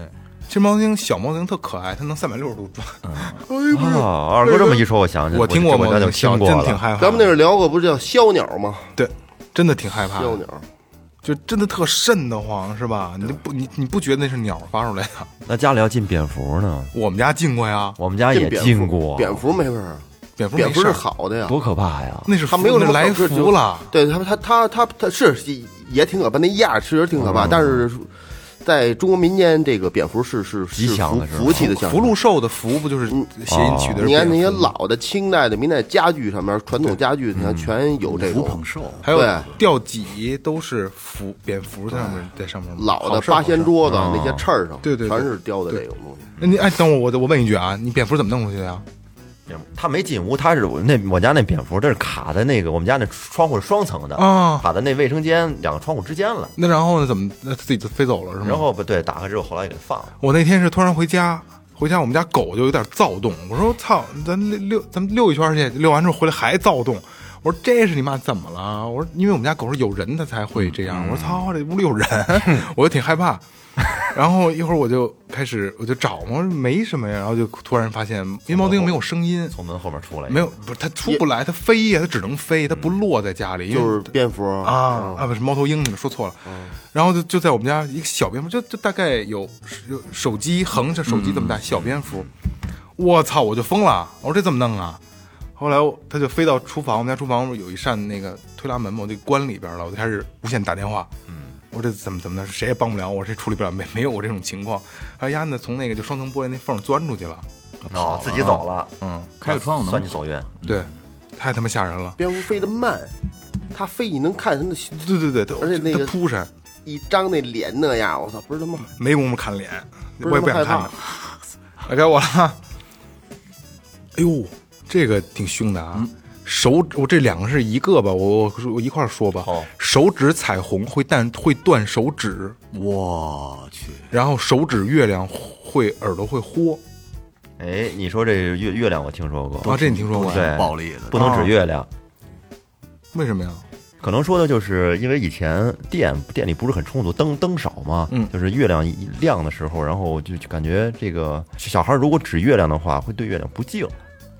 Speaker 3: 其实猫头鹰小猫头鹰特可爱，它能三百六十度转。
Speaker 4: 哎
Speaker 1: 啊，二哥这么一说，我想起来，
Speaker 3: 我听过
Speaker 1: 哎我
Speaker 3: 猫头
Speaker 1: 就
Speaker 3: 鹰笑，
Speaker 1: 听
Speaker 3: 真
Speaker 1: 过
Speaker 3: 挺
Speaker 1: 了。
Speaker 3: 害怕。
Speaker 4: 咱们那是聊过，不是叫枭鸟吗？
Speaker 3: 对，真的挺害怕的
Speaker 4: 枭鸟，
Speaker 3: 就真的特瘆得慌，是吧？你就不你你不觉得那是鸟发出来的？
Speaker 1: 那家里要进蝙蝠呢，
Speaker 3: 我们家进过呀，
Speaker 1: 我们家
Speaker 4: 进
Speaker 1: 也
Speaker 4: 蝙蝠
Speaker 1: 进过，
Speaker 4: 蝙蝠没事儿，
Speaker 3: 蝙蝠
Speaker 4: 蝙蝠
Speaker 3: 没事
Speaker 4: 是
Speaker 3: 儿，
Speaker 4: 好的呀。
Speaker 1: 多可怕呀！
Speaker 3: 那是
Speaker 4: 它没有
Speaker 3: 那
Speaker 4: 那么
Speaker 3: 来
Speaker 4: 小个儿
Speaker 3: 福了。
Speaker 4: 对它它它它它是也挺可怕，那样确实挺可怕。
Speaker 3: 嗯
Speaker 4: 但是在中国民间，这个蝙蝠是是
Speaker 1: 吉祥
Speaker 4: 福
Speaker 1: 的是吧
Speaker 4: 福气的象
Speaker 3: 福
Speaker 4: 征。
Speaker 3: 禄寿的福不就是谐音取的是蝙蝠吗？
Speaker 4: 你看那些老的清代的、明代家具上面，传统家具
Speaker 3: 嗯
Speaker 4: 你看全有这
Speaker 5: 福
Speaker 4: 种
Speaker 5: 捧寿，
Speaker 3: 还有
Speaker 4: 对
Speaker 3: 吊几都是福蝙蝠在上面，在上面
Speaker 4: 老的
Speaker 3: 好事儿啊
Speaker 4: 八仙。桌子那些翅儿上，
Speaker 3: 对对对
Speaker 4: 全是雕的这种东
Speaker 3: 好
Speaker 4: 西。
Speaker 3: 事儿那你哎，等我我我问一句啊，你蝙蝠怎么弄出去的呀？
Speaker 1: 他没进屋，他是我那我家那蝙蝠，这是卡在那个我们家那窗户是双层的，
Speaker 3: 啊
Speaker 1: 卡在那卫生间两个窗户之间了。
Speaker 3: 那然后呢？怎么那自己就飞走了是吗？
Speaker 1: 然后不对，打开之后后来给它放了。
Speaker 3: 我那天是突然回家，回家我们家狗就有点躁动，我说操，咱遛遛，咱们遛一圈去，遛完之后回来还躁动。我说这是你妈怎么了？我说因为我们家狗是有人它才会这样。我说操，这屋里有人，我就挺害怕。然后一会儿我就开始我就找嘛，我说没什么呀。然后就突然发现，因为猫头鹰没有声音，
Speaker 1: 从门后面出来，
Speaker 3: 没有不是它出不来，它飞呀，它只能飞，它不落在家里，因为
Speaker 4: 就是蝙蝠，
Speaker 3: 啊啊，不是猫头鹰，你们说错了。
Speaker 4: 嗯
Speaker 3: 然后就就在我们家一个小蝙蝠，就就大概有有手机横着手机这么
Speaker 4: 嗯
Speaker 3: 大小蝙蝠，我操，我就疯了，我说这怎么弄啊？后来我它就飞到厨房，我们家厨房有一扇那个推拉门嘛，我就关里边了，我就开始无限打电话。
Speaker 4: 嗯
Speaker 3: 我说这怎么怎么的，谁也帮不了我，谁处理不了，没没有我这种情况。还有丫呢，从那个就双层玻璃那缝钻出去了，
Speaker 1: 哦，自己走了，
Speaker 3: 嗯，
Speaker 5: 开个窗户
Speaker 1: 算
Speaker 5: 能
Speaker 1: 你走运。
Speaker 4: 嗯
Speaker 3: 对，太他妈吓人了，
Speaker 4: 蝙蝠飞得慢，它飞你能看它那
Speaker 3: 对对对，它
Speaker 4: 而且那个
Speaker 3: 它扑闪，
Speaker 4: 一张那脸那样，我操，不是他妈
Speaker 3: 没工夫看脸，
Speaker 4: 不
Speaker 3: 我也
Speaker 4: 是
Speaker 3: 不
Speaker 4: 那
Speaker 3: 想
Speaker 4: 么害
Speaker 3: 看
Speaker 4: 怕
Speaker 3: 它。 <laughs> 来该我了啊。哎呦，这个挺凶的啊！手指，我这两个是一个吧？我我我一块儿说吧。
Speaker 1: 好
Speaker 3: 手指彩虹会断会断手指，
Speaker 5: 我去，
Speaker 3: 然后手指月亮会耳朵会豁
Speaker 1: 哎，你说这月月亮我听说过，
Speaker 3: 啊！这你听说过？
Speaker 1: 对
Speaker 5: 暴力的，
Speaker 1: 不能指月亮，
Speaker 3: 为什么呀？
Speaker 1: 可能说的就是因为以前电电力不是很充足，灯灯少嘛，
Speaker 3: 嗯
Speaker 1: 就是月亮一亮的时候，然后就就感觉这个小孩如果指月亮的话，会对月亮不敬，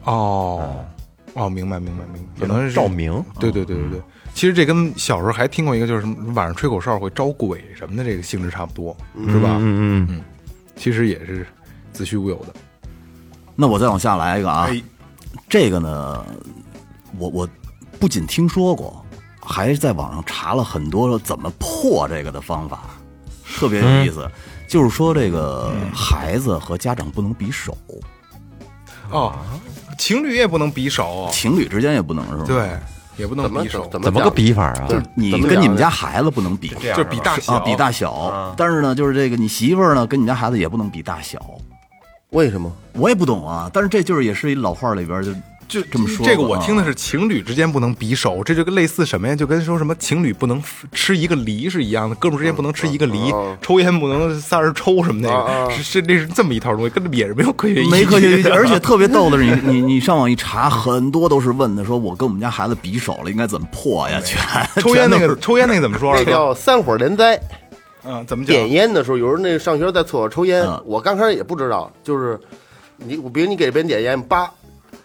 Speaker 3: 哦，哦，明白明白明嗯白，可能是
Speaker 1: 照。明。
Speaker 3: 对对对对对，其实这跟小时候还听过一个，就是什么晚上吹口哨会招鬼什么的，这个性质差不多，是吧？
Speaker 1: 嗯嗯，
Speaker 3: 其实也是子虚乌有的。
Speaker 5: 那我再往下来一个啊，
Speaker 3: 哎
Speaker 5: 这个呢，我我不仅听说过，还在网上查了很多怎么破这个的方法，特别有意
Speaker 3: 嗯
Speaker 5: 思。就是说，这个孩子和家长不能比手，
Speaker 3: 哦，情侣也不能比手，
Speaker 5: 情侣之间也不能是吧？，
Speaker 3: 对，也不能
Speaker 4: 怎么
Speaker 3: 比手，
Speaker 4: 怎么
Speaker 1: 怎么个
Speaker 4: 讲？
Speaker 1: 比法啊
Speaker 4: 就？是
Speaker 5: 你
Speaker 4: 怎么
Speaker 5: 跟你
Speaker 4: 讲
Speaker 5: 们
Speaker 4: 呢
Speaker 5: 家孩子不能比，
Speaker 1: 这样
Speaker 3: 就是比大小
Speaker 5: 啊，比大小。但是呢，就是这个你媳妇儿呢，跟你家孩子也不能比大小。
Speaker 3: <laughs>
Speaker 4: 为什么？
Speaker 5: 我也不懂啊，但是这就是也是一老话里边就
Speaker 3: 就
Speaker 5: 这么说
Speaker 3: 这个
Speaker 5: 吧
Speaker 3: 我
Speaker 5: 啊
Speaker 3: 听的是情侣之间不能比手，这就跟类似什么呀？就跟说什么情侣不能吃一个梨是一样的，哥们儿之间不能吃一个梨，
Speaker 4: 哦
Speaker 3: 抽烟不能仨人抽什么那个，是是那是这么一套东西，跟这也是没有科学依据，
Speaker 5: 没科学依
Speaker 3: <laughs>
Speaker 5: 据，
Speaker 3: 的
Speaker 5: 而且特别逗的是你，你你上网一查，很多都是问的，说我跟我们家孩子比手了，应该怎么破呀？全
Speaker 3: 抽烟那
Speaker 5: 全都
Speaker 3: 个
Speaker 5: 是
Speaker 3: 抽烟那个怎么说
Speaker 4: 那
Speaker 3: 来？
Speaker 4: 叫三火连灾。
Speaker 3: 嗯，怎么讲？
Speaker 4: 点烟的时候，有人那上学在厕所抽烟
Speaker 5: 嗯，
Speaker 4: 我刚开始也不知道，就是你，比如你给别人点烟，叭，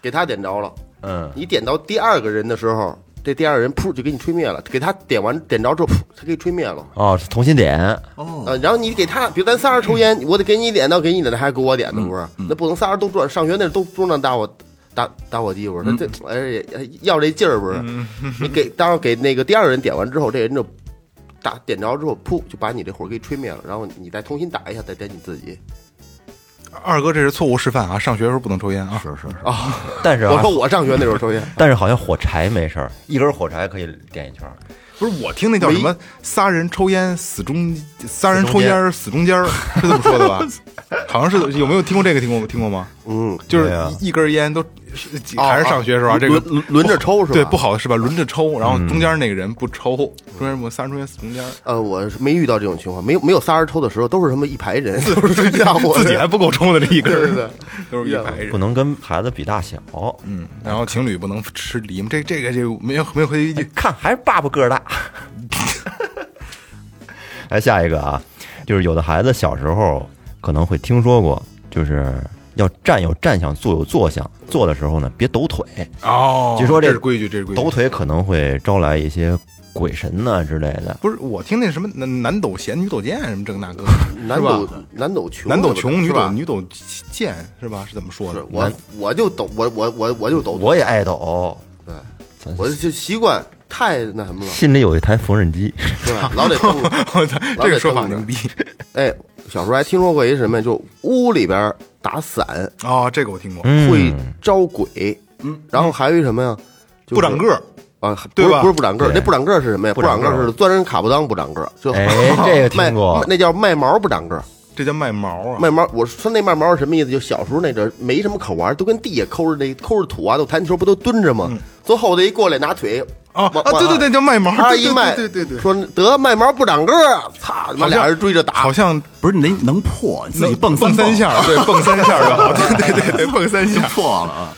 Speaker 4: 给他点着了，
Speaker 1: 嗯，
Speaker 4: 你点到第二个人的时候，这第二个人噗就给你吹灭了，给他点完点着之后，噗，他给你吹灭了。
Speaker 1: 哦，是同心点，
Speaker 4: 呃，然后你给他，比如咱仨人抽烟，我得给你点到给你点的，还给我点的，不
Speaker 3: 嗯
Speaker 4: 是？那不能仨人都转，上学那都都让打我打打火机，不
Speaker 3: 嗯
Speaker 4: 是？那这哎也要这劲儿不是？ <laughs> 你给当时给那个第二个人点完之后，这人就打点着之后，噗就把你这火给吹灭了，然后你再重新打一下，再点你自己。
Speaker 3: 二哥这是错误示范啊！上学的时候不能抽烟啊！是是是，
Speaker 1: 但是啊
Speaker 4: 我说我上学那时候抽烟，
Speaker 1: 但是好像火柴没事儿，一根火柴可以点一圈儿。
Speaker 3: 不是我听那叫什么仨人抽烟死中，仨人抽烟死中
Speaker 4: <laughs>
Speaker 3: 间儿，是这么说的吧？好像是有没有听过这个？听过听过吗？
Speaker 4: 嗯，
Speaker 3: 就是
Speaker 1: 对啊
Speaker 3: 一一根烟都是几
Speaker 4: 哦
Speaker 3: 还是上学时候啊，
Speaker 4: 哦
Speaker 3: 这个
Speaker 4: 轮轮轮着抽是吧
Speaker 3: 对，不好的是吧？轮着抽，然后中间那个人不抽，中间我三人抽烟死中间，
Speaker 4: 呃，我是没遇到这种情况，没有没有仨人抽的时候，都是什么一排人， <laughs> 都是大伙
Speaker 3: 自己还不够抽的这一根
Speaker 4: 对对
Speaker 3: 儿
Speaker 4: 对，
Speaker 3: <laughs> 都是一排
Speaker 1: 不
Speaker 3: 人。
Speaker 1: 能跟孩子比大小，嗯，
Speaker 3: 然后情侣不能吃梨嘛，这这个就没有没有科学依据。
Speaker 1: 看还是爸爸个儿 <laughs> 大。来下一个啊，就是有的孩子小时候可能会听说过，就是要站有站相，坐有坐相，坐的时候呢别抖腿，
Speaker 3: 哦
Speaker 1: 据说这
Speaker 3: 这是规矩，这是规矩
Speaker 1: 抖。腿可能会招来一些鬼神呐、之类的。
Speaker 3: 不是我听那什么男男抖贤，女抖贱什么这个那个，
Speaker 4: 男
Speaker 3: 是吧
Speaker 4: 抖男抖穷，啊
Speaker 3: 男抖
Speaker 4: 是
Speaker 3: 穷，女抖
Speaker 4: 吧？
Speaker 3: 女抖贱是吧？是怎么说
Speaker 4: 是
Speaker 3: 的？
Speaker 4: 我我就抖我我我我就抖
Speaker 1: 我也爱抖，
Speaker 4: 对，
Speaker 1: 咱
Speaker 4: 我就习惯太那什么
Speaker 1: <laughs>
Speaker 4: 了，
Speaker 1: 心里有一台缝纫 <laughs> 机，
Speaker 4: 对吧？老得动。
Speaker 3: 我操， <laughs> 这个说法牛逼
Speaker 4: 哎，小时候还听说过一什么，就屋里边打伞
Speaker 3: 哦，这个我听过，
Speaker 1: 嗯
Speaker 4: 会招鬼，嗯，然后还有一什么呀？就是
Speaker 3: 不长个儿，
Speaker 4: 啊，
Speaker 3: 对
Speaker 4: 不是
Speaker 3: 吧
Speaker 4: 不是不长个儿，
Speaker 1: 对
Speaker 4: 那不长个儿是什么呀？
Speaker 1: 不
Speaker 4: 不
Speaker 1: 长
Speaker 4: 长
Speaker 1: 个
Speaker 4: 个
Speaker 1: 儿
Speaker 4: 儿是钻人卡布裆不长个儿，就
Speaker 1: 哎这个
Speaker 4: 卖
Speaker 1: 听过
Speaker 4: <laughs> 那叫卖毛不长个儿。
Speaker 3: 这叫卖毛啊。
Speaker 4: 卖毛，我说那卖毛是什么意思？就小时候那阵儿没什么可玩儿，都跟地下抠着那抠着土啊，都弹球不都蹲着吗？从后头一过来拿腿。
Speaker 3: 嗯哦
Speaker 4: 往
Speaker 3: 啊，对对对，，叫卖毛，
Speaker 4: 往二
Speaker 3: 对
Speaker 4: 一
Speaker 3: 对
Speaker 4: 卖，
Speaker 3: 对对对，
Speaker 4: 说得卖毛不长个儿，操他妈
Speaker 3: 好像
Speaker 4: 俩人追着打，
Speaker 3: 好像
Speaker 5: 不是你那能破，你自己
Speaker 3: 能蹦
Speaker 5: 蹦蹦
Speaker 3: 三，下，对，蹦三下就好，对对对对，蹦三
Speaker 5: 就
Speaker 3: 下。
Speaker 5: 破了啊！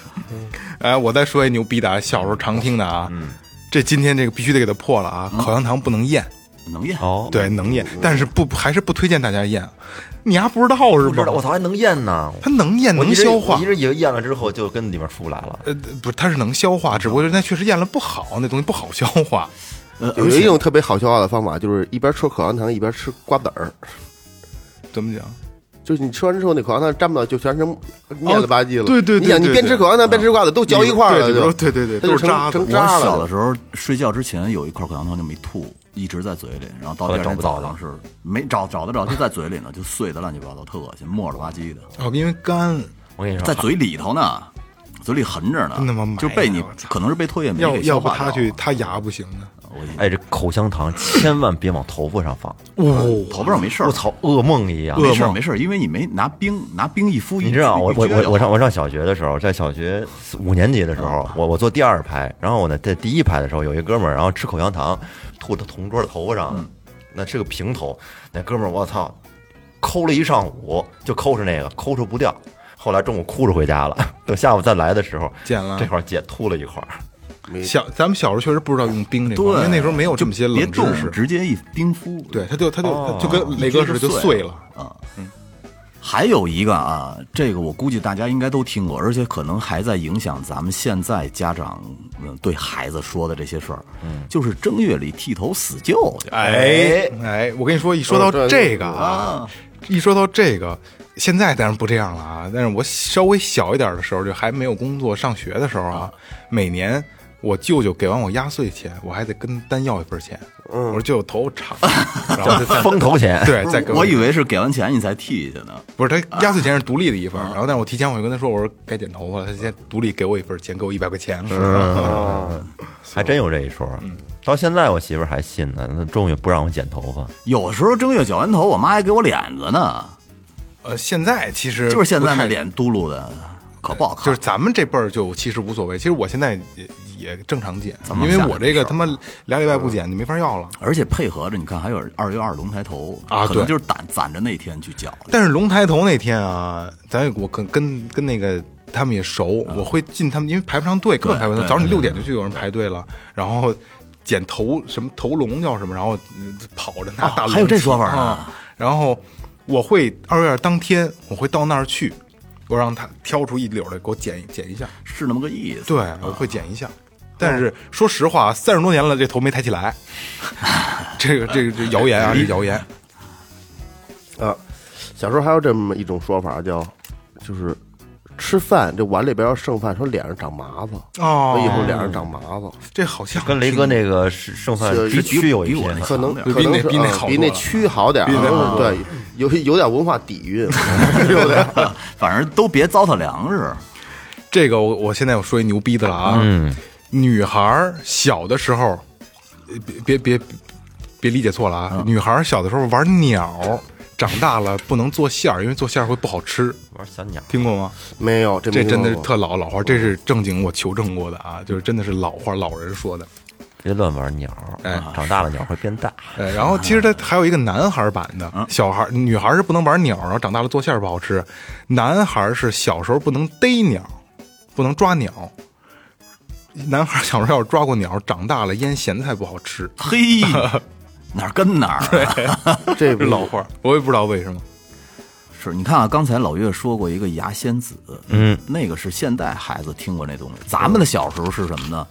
Speaker 3: 哎，我再说一牛逼的啊，小时候常听的啊，这今天这个必须得给它破了啊，口香糖不能咽，
Speaker 5: 能咽，
Speaker 1: 哦，
Speaker 3: 对，能咽，但是不还是不推荐大家咽，你还不知道是
Speaker 1: 不知道，我
Speaker 3: 吧？
Speaker 1: 操，还能咽呢，
Speaker 3: 它能咽
Speaker 1: 我
Speaker 3: 能
Speaker 1: 一直
Speaker 3: 消化
Speaker 1: 我一，直以为咽了之后就跟里面出不来了。
Speaker 3: 呃，不是，它是能消化，只不过是那确实咽了不好，那东西不好消化。
Speaker 5: 呃，
Speaker 4: 有
Speaker 5: 而
Speaker 4: 一
Speaker 5: 且
Speaker 4: 种特别好消化的方法，就是一边吃口香糖一边吃瓜子儿，
Speaker 3: 怎么讲？
Speaker 4: 就是你吃完之后那口香糖沾不到，就全成面了吧唧了。
Speaker 3: 哦对对对
Speaker 4: 你想你
Speaker 3: 对
Speaker 4: 边
Speaker 3: 对
Speaker 4: 吃口香糖边吃瓜子都嚼一块儿了，
Speaker 3: 对
Speaker 4: 就
Speaker 3: 对对对
Speaker 4: 它
Speaker 3: 都
Speaker 4: 就是
Speaker 3: 渣
Speaker 4: 成
Speaker 3: 子
Speaker 4: 成
Speaker 5: 我
Speaker 4: 渣
Speaker 5: 小的
Speaker 4: 了。
Speaker 5: 时候睡觉之前有一块口香糖就没吐，一直在嘴里，然后到
Speaker 1: 后
Speaker 5: 第
Speaker 1: 来
Speaker 5: 二
Speaker 1: 找
Speaker 5: 天
Speaker 1: 不着
Speaker 5: 早上是没找找得着，就在嘴里呢，就碎的乱七八糟，特恶心，沫了吧唧的，
Speaker 3: 哦，因为干，
Speaker 1: 我跟你说，
Speaker 5: 在嘴里头呢，嘴里横着呢，
Speaker 3: 真他妈埋
Speaker 5: 就被你
Speaker 3: 了我操
Speaker 5: 可能是被唾液酶
Speaker 3: 要
Speaker 5: 给消
Speaker 3: 要不
Speaker 5: 化啊
Speaker 3: 他
Speaker 5: 掉
Speaker 3: 去
Speaker 5: 了
Speaker 3: 他牙不行的，啊
Speaker 5: 我
Speaker 1: 哎，这口香糖千万别往头发上放，
Speaker 5: 头发上没事儿
Speaker 1: 我，操，噩梦一样。
Speaker 5: 啊没事儿没事儿，因为你没拿冰拿冰一敷一，
Speaker 1: 你知道，我
Speaker 5: 一
Speaker 1: 我
Speaker 5: 撅就
Speaker 1: 我我
Speaker 5: 好
Speaker 1: 上我上小学的时候，在小学四五年级的时
Speaker 5: 嗯
Speaker 1: 候，我我坐第二排，然后我呢在第一排的时候，有一哥们儿，然后吃口香糖，吐到同桌的头发
Speaker 5: 嗯
Speaker 1: 上，那是个平头，那哥们儿我操，抠了一上午就抠着那个，抠着不掉，后来中午哭着回家了，等下午再来的时候，
Speaker 3: 捡了
Speaker 1: 这块儿姐吐了一块儿，
Speaker 5: <laughs>
Speaker 3: 小咱们小时候确实不知道用冰这块，
Speaker 5: 对，
Speaker 3: 因为那时候没有这么些
Speaker 5: 别
Speaker 3: 冷知
Speaker 5: 动，
Speaker 3: 识。
Speaker 5: 直接一冰敷。
Speaker 3: 对，他就他就
Speaker 1: 哦
Speaker 3: 他就跟雷哥似的就碎了。
Speaker 5: 啊。嗯，还有一个啊，这个我估计大家应该都听过，而且可能还在影响咱们现在家长嗯对孩子说的这些事儿。嗯，就是正月里剃头死舅去。
Speaker 3: 哎哎，我跟你说，一说到这个啊，一说到这个，现在当然不这样了啊。但是我稍微小一点的时候，就还没有工作、上学的时候啊，每年我舅舅给完我压岁钱，我还得跟单要一份钱。我说舅舅头发长，然后就再
Speaker 1: 风头钱。
Speaker 3: 对
Speaker 5: 不
Speaker 3: 再
Speaker 5: 是
Speaker 3: 给
Speaker 5: 我以为是给完钱你才剃去呢。
Speaker 3: 不是他压岁钱是独立的一
Speaker 5: 啊
Speaker 3: 份儿，然后但是我提前我就跟他说，我说该剪头发了，他先独立给我一份儿钱，给我一百块钱。
Speaker 1: 还真有这一说。
Speaker 5: 嗯
Speaker 1: 到现在我媳妇儿还信呢，那终于不让我剪头发。
Speaker 5: 有时候正月绞完头，我妈还给我脸子呢，
Speaker 3: 呃，现在其实
Speaker 5: 就是现
Speaker 3: 不
Speaker 5: 在
Speaker 3: 太
Speaker 5: 那脸嘟噜的，可不好看。
Speaker 3: 就是咱们这辈儿就其实无所谓，其实我现在也也正常剪，
Speaker 5: 咱
Speaker 3: 因
Speaker 5: 们
Speaker 3: 为
Speaker 5: 下
Speaker 3: 我这个他妈俩礼拜不剪就没法要了。
Speaker 5: 而且配合着，你看还有二月二龙抬头
Speaker 3: 啊
Speaker 5: 可能
Speaker 3: 对
Speaker 5: 就是攒攒着那天去绞的。
Speaker 3: 但是龙抬头那天啊，咱也我跟跟跟那个他们也熟，我会进他们，因为排不上队，根本排不上。
Speaker 5: 对
Speaker 3: 早上六点就去有人排队了，然后剪头什么头龙叫什么，然后嗯跑着拿大龙、
Speaker 5: 还有这说法呢
Speaker 3: 啊。然后我会二月二当天我会到那儿去，我让他挑出一绺来给我剪剪一下。
Speaker 5: 是那么个意思。
Speaker 3: 对，我会剪一下。 <laughs> 但是说实话，三十多年了，这头没抬起来。这个这个这谣言啊，这谣言。
Speaker 4: 啊，小时候还有这么一种说法叫，就是吃饭这碗里边要剩饭，说脸上长麻子，
Speaker 3: 哦
Speaker 4: 说以后脸上长麻子，
Speaker 3: 这好像
Speaker 1: 跟雷哥那个是剩饭
Speaker 4: 是
Speaker 1: 之
Speaker 5: 比
Speaker 1: 区有一
Speaker 5: 比
Speaker 1: 拼
Speaker 5: 我
Speaker 3: 哎
Speaker 5: 那。
Speaker 4: 可能
Speaker 5: 强
Speaker 4: 可
Speaker 3: 点
Speaker 4: 能是
Speaker 3: 比那比那
Speaker 4: 嗯
Speaker 3: 好
Speaker 4: 比
Speaker 3: 多
Speaker 4: 那
Speaker 3: 了
Speaker 4: 区好点儿，
Speaker 3: 比那
Speaker 4: 嗯对，有有点文化底
Speaker 3: <laughs>
Speaker 4: 蕴，对不对？
Speaker 5: 反正都别糟蹋
Speaker 3: <laughs>
Speaker 5: 粮食。
Speaker 3: 这个我我现在我说一牛逼的了啊，
Speaker 1: 嗯，
Speaker 3: 女孩儿小的时候，呃别别别别理解错了啊，女孩儿小的时候玩鸟，长大了不能做馅儿，因为做馅儿会不好吃，
Speaker 1: 玩小鸟。
Speaker 3: 听过吗？
Speaker 4: 没有，这
Speaker 3: 这
Speaker 4: 没
Speaker 3: 真的
Speaker 4: 听
Speaker 3: 是
Speaker 4: 说过
Speaker 3: 特老老话，这是正经我求证过的啊，就是真的是老话老人说的。
Speaker 1: 别乱玩鸟，啊
Speaker 3: 哎
Speaker 1: 长大了鸟会变大。
Speaker 3: 对，呃然后其实它还有一个男孩版的，小孩女孩是不能玩鸟，然后长大了做馅儿不好吃，男孩是小时候不能逮鸟，不能抓鸟。男孩小时候要是抓过鸟，长大了腌咸菜不好吃，
Speaker 5: 嘿，哪儿跟哪儿啊、
Speaker 4: 这
Speaker 3: 是老话儿，我也不知道为什么。
Speaker 5: 是，你看啊，刚才老岳说过一个牙仙子，
Speaker 1: 嗯，
Speaker 5: 那个是现代孩子听过那东西。咱们的小时候是什么呢？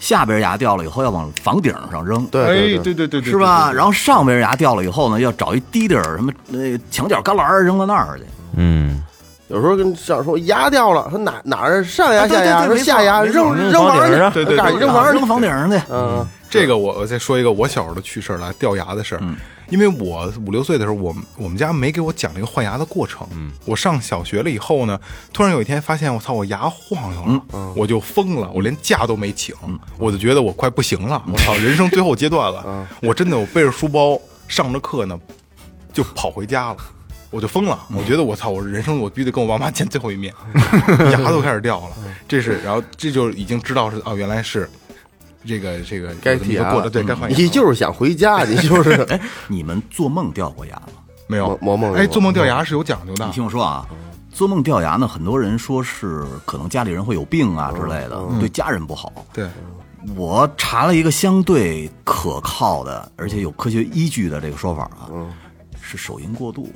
Speaker 5: 下边牙掉了以后要往房顶上扔，
Speaker 4: 对对对
Speaker 3: 哎对对对
Speaker 5: 是吧？然后上边牙掉了以后呢，要找一低地儿，什么那墙角旮旯儿扔到那儿去。
Speaker 1: 嗯，
Speaker 4: 有时候跟长说牙掉了，说哪哪儿上牙
Speaker 5: 啊对对
Speaker 4: 下牙，
Speaker 5: 对没
Speaker 4: 说
Speaker 5: 错
Speaker 4: 下牙
Speaker 5: 没
Speaker 4: 扔
Speaker 5: 错
Speaker 4: 扔
Speaker 1: 扔
Speaker 4: 玩
Speaker 1: 房顶
Speaker 4: 儿
Speaker 1: 上
Speaker 5: 啊
Speaker 4: 去，
Speaker 3: 对对
Speaker 4: 赶紧扔玩儿去
Speaker 5: 扔，房顶上去。
Speaker 4: 嗯，
Speaker 3: 这个我我再说一个我小时候的趣事儿来，掉牙的事儿。因为我五六岁的时候，我们我们家没给我讲这个换牙的过程。我上小学了以后呢，突然有一天发现我操，我牙晃悠了，我就疯了，我连假都没请，我就觉得我快不行了，我操，人生最后阶段了，我真的我背着书包上着课呢，就跑回家了。我就疯了，
Speaker 4: 嗯
Speaker 3: 我觉得我操，我人生我必须得跟我爸妈见最后一
Speaker 4: <laughs>
Speaker 3: 面，牙都开始掉了，
Speaker 4: 嗯
Speaker 3: 这是，然后这就已经知道是哦，原来是这个这个
Speaker 4: 该
Speaker 3: 有这么
Speaker 4: 剔
Speaker 3: 一个
Speaker 4: 牙
Speaker 3: 过
Speaker 4: 了
Speaker 3: 程，对，该
Speaker 5: 嗯
Speaker 3: 换牙了。
Speaker 4: 你就是想回家，你就是
Speaker 5: <laughs> 哎，你们做梦掉过牙吗？
Speaker 3: 没有
Speaker 4: 我我梦
Speaker 3: 哎，
Speaker 4: 我
Speaker 3: 做梦掉牙是有讲究的
Speaker 5: 你，
Speaker 4: 嗯
Speaker 5: 听我说啊，做梦掉牙呢，很多人说是可能家里人会有病啊之类的，对家人不好。
Speaker 3: 对，
Speaker 5: 我查了一个相对可靠的，而且有科学依据的这个说法啊，是手淫过度，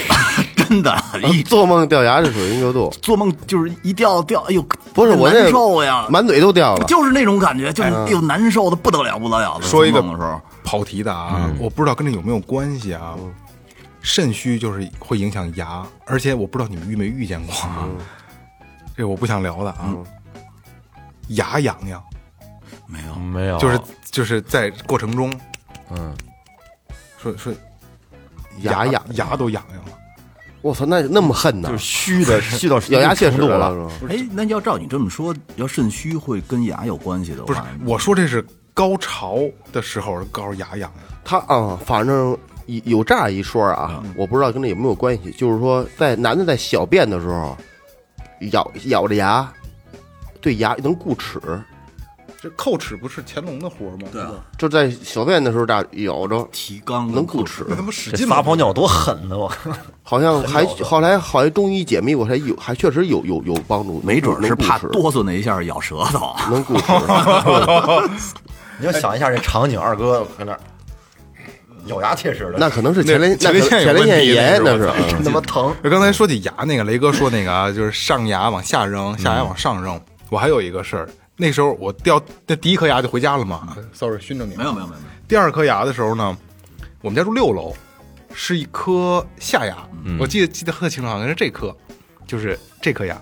Speaker 5: <laughs> 真的，一
Speaker 4: 做梦掉牙，这属于牛度。
Speaker 5: 做梦就是一掉掉，哎呦，
Speaker 4: 不是我这
Speaker 5: 难受呀，
Speaker 4: 满嘴都掉了。
Speaker 5: 就是那种感觉，就是又难受的不得了，不得了的。
Speaker 3: 说一个
Speaker 5: 做梦的时候，
Speaker 3: 跑题的啊，
Speaker 4: 嗯
Speaker 3: 我不知道跟这有没有关系啊。肾虚就是会影响牙，而且我不知道你们遇没遇见过啊，
Speaker 4: 嗯
Speaker 3: 这我不想聊的啊。牙痒痒，
Speaker 5: 没有，
Speaker 1: 没
Speaker 4: 哦
Speaker 1: 有，
Speaker 3: 就是就是在过程中，
Speaker 1: 嗯，
Speaker 3: 说说
Speaker 4: 牙
Speaker 3: 痒
Speaker 4: 痒，
Speaker 3: 牙都痒痒了。
Speaker 4: 我操，那那么恨呢
Speaker 1: 就是？虚
Speaker 4: <laughs>
Speaker 1: 的，虚到
Speaker 4: 咬牙切齿
Speaker 1: 程度
Speaker 4: 了
Speaker 1: 了。
Speaker 4: 是吧
Speaker 5: 哎，那要照你这么说，要肾虚会跟牙有关系的
Speaker 3: 不是
Speaker 5: 话，，
Speaker 3: 我说这是高潮的时候，高潮痒痒的，
Speaker 4: 他啊，反正有有这样一说啊，我不知道跟这有没有关系，就是说在男的在小便的时候，咬咬着牙，对牙能固齿，
Speaker 3: 这叩齿不是乾隆的活吗？
Speaker 6: 啊
Speaker 3: 对，
Speaker 4: 就在小便的时候大咬着
Speaker 5: 提肛
Speaker 4: 能固齿。
Speaker 3: 那他妈使
Speaker 6: 这
Speaker 3: 劲
Speaker 6: 撒
Speaker 3: 吗？
Speaker 6: 泡尿多狠呢！我
Speaker 1: <laughs>
Speaker 4: 好像还后来好像中医解密，我才有还确实有有有帮助，
Speaker 5: 没准儿
Speaker 4: 能
Speaker 5: 是
Speaker 4: 固
Speaker 5: 怕
Speaker 4: 齿
Speaker 5: 哆嗦那一下咬舌头。啊
Speaker 4: 能固齿。
Speaker 1: 你就想一下这场景，二哥搁那儿咬牙切齿的，
Speaker 4: 那可能是前列
Speaker 3: 前
Speaker 4: 那
Speaker 3: 列
Speaker 4: 可
Speaker 3: 腺有
Speaker 4: 前列
Speaker 3: 问
Speaker 4: 腺
Speaker 3: 题
Speaker 4: 炎，
Speaker 3: 那
Speaker 4: 那
Speaker 3: 是
Speaker 1: <laughs>
Speaker 3: 我操
Speaker 4: 是嗯
Speaker 1: 真他妈疼！
Speaker 3: 刚才说起牙那个，雷哥说那个啊，就是上牙往下扔，下
Speaker 4: 嗯
Speaker 3: 牙往上扔。我还有一个事儿，那时候我掉那第一颗牙就回家了嘛。Sorry，熏
Speaker 4: 嗯
Speaker 3: 着你。
Speaker 5: <laughs> 没有没有没有，没有
Speaker 3: 第二颗牙的时候呢，我们家住六楼，是一颗下牙，我记得记得特清楚，好像是这颗，就是这颗牙。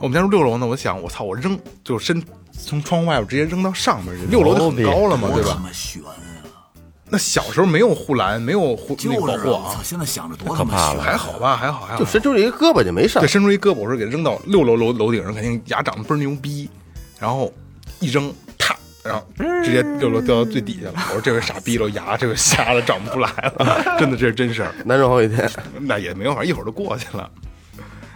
Speaker 3: 我们家住六楼呢，我想我操，我扔就伸从窗户外边直接扔到上面去，六楼就很高了嘛，对
Speaker 5: 多他
Speaker 3: 吧？
Speaker 5: 妈悬啊！
Speaker 3: 那小时候没有护栏，没有护
Speaker 5: 就
Speaker 3: 那个保
Speaker 5: 是啊
Speaker 3: 护
Speaker 5: 我
Speaker 3: 网
Speaker 5: 操，，现在想着多他妈悬啊，
Speaker 3: 还好吧，还好，还好
Speaker 4: 就。伸出一个胳膊就没事儿
Speaker 3: 对，。伸出一胳膊，我说给扔到六楼楼楼顶上，肯定牙长得倍儿牛逼，然后一扔，啪，然后直接六楼掉到最底下了。我说这回傻逼了，牙这回瞎了，长不出来了，真的这是真事儿。
Speaker 4: 难受好几天，
Speaker 3: 那也没办法，一会儿就过去了。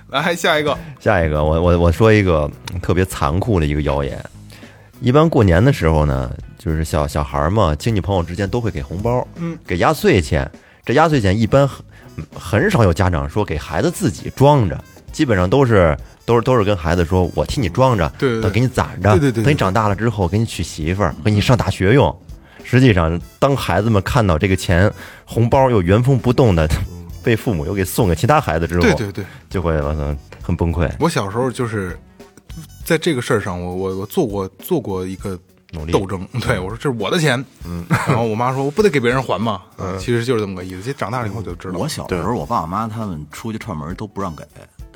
Speaker 3: 来下一个，
Speaker 1: 下一个，我我我说一个嗯特别残酷的一个谣言。一般过年的时候呢，就是小小孩儿嘛，亲戚朋友之间都会给红包，嗯，给压岁钱。这压岁钱一般很很少有家长说给孩子自己装着，基本上都是都是都是跟孩子说，我替你装着，
Speaker 3: 对对对
Speaker 1: 等给你攒着，
Speaker 3: 对对对对
Speaker 1: 等你长大了之后给你娶媳妇儿，给你上大学用。实际上，当孩子们看到这个钱红包又原封不动的 <laughs> 被父母又给送给其他孩子之后，
Speaker 3: 对对对，
Speaker 1: 就会完了很崩溃。
Speaker 3: 我小时候就是在这个事儿上，我我我做过做过一个
Speaker 1: 努力
Speaker 3: 斗争，对我说这是我的钱，嗯，然后我妈说我不得给别人还吗？嗯，其实就是这么个意思。其实长大了以后就知道了，
Speaker 5: 我小时候，我爸我妈他们出去串门都不让给，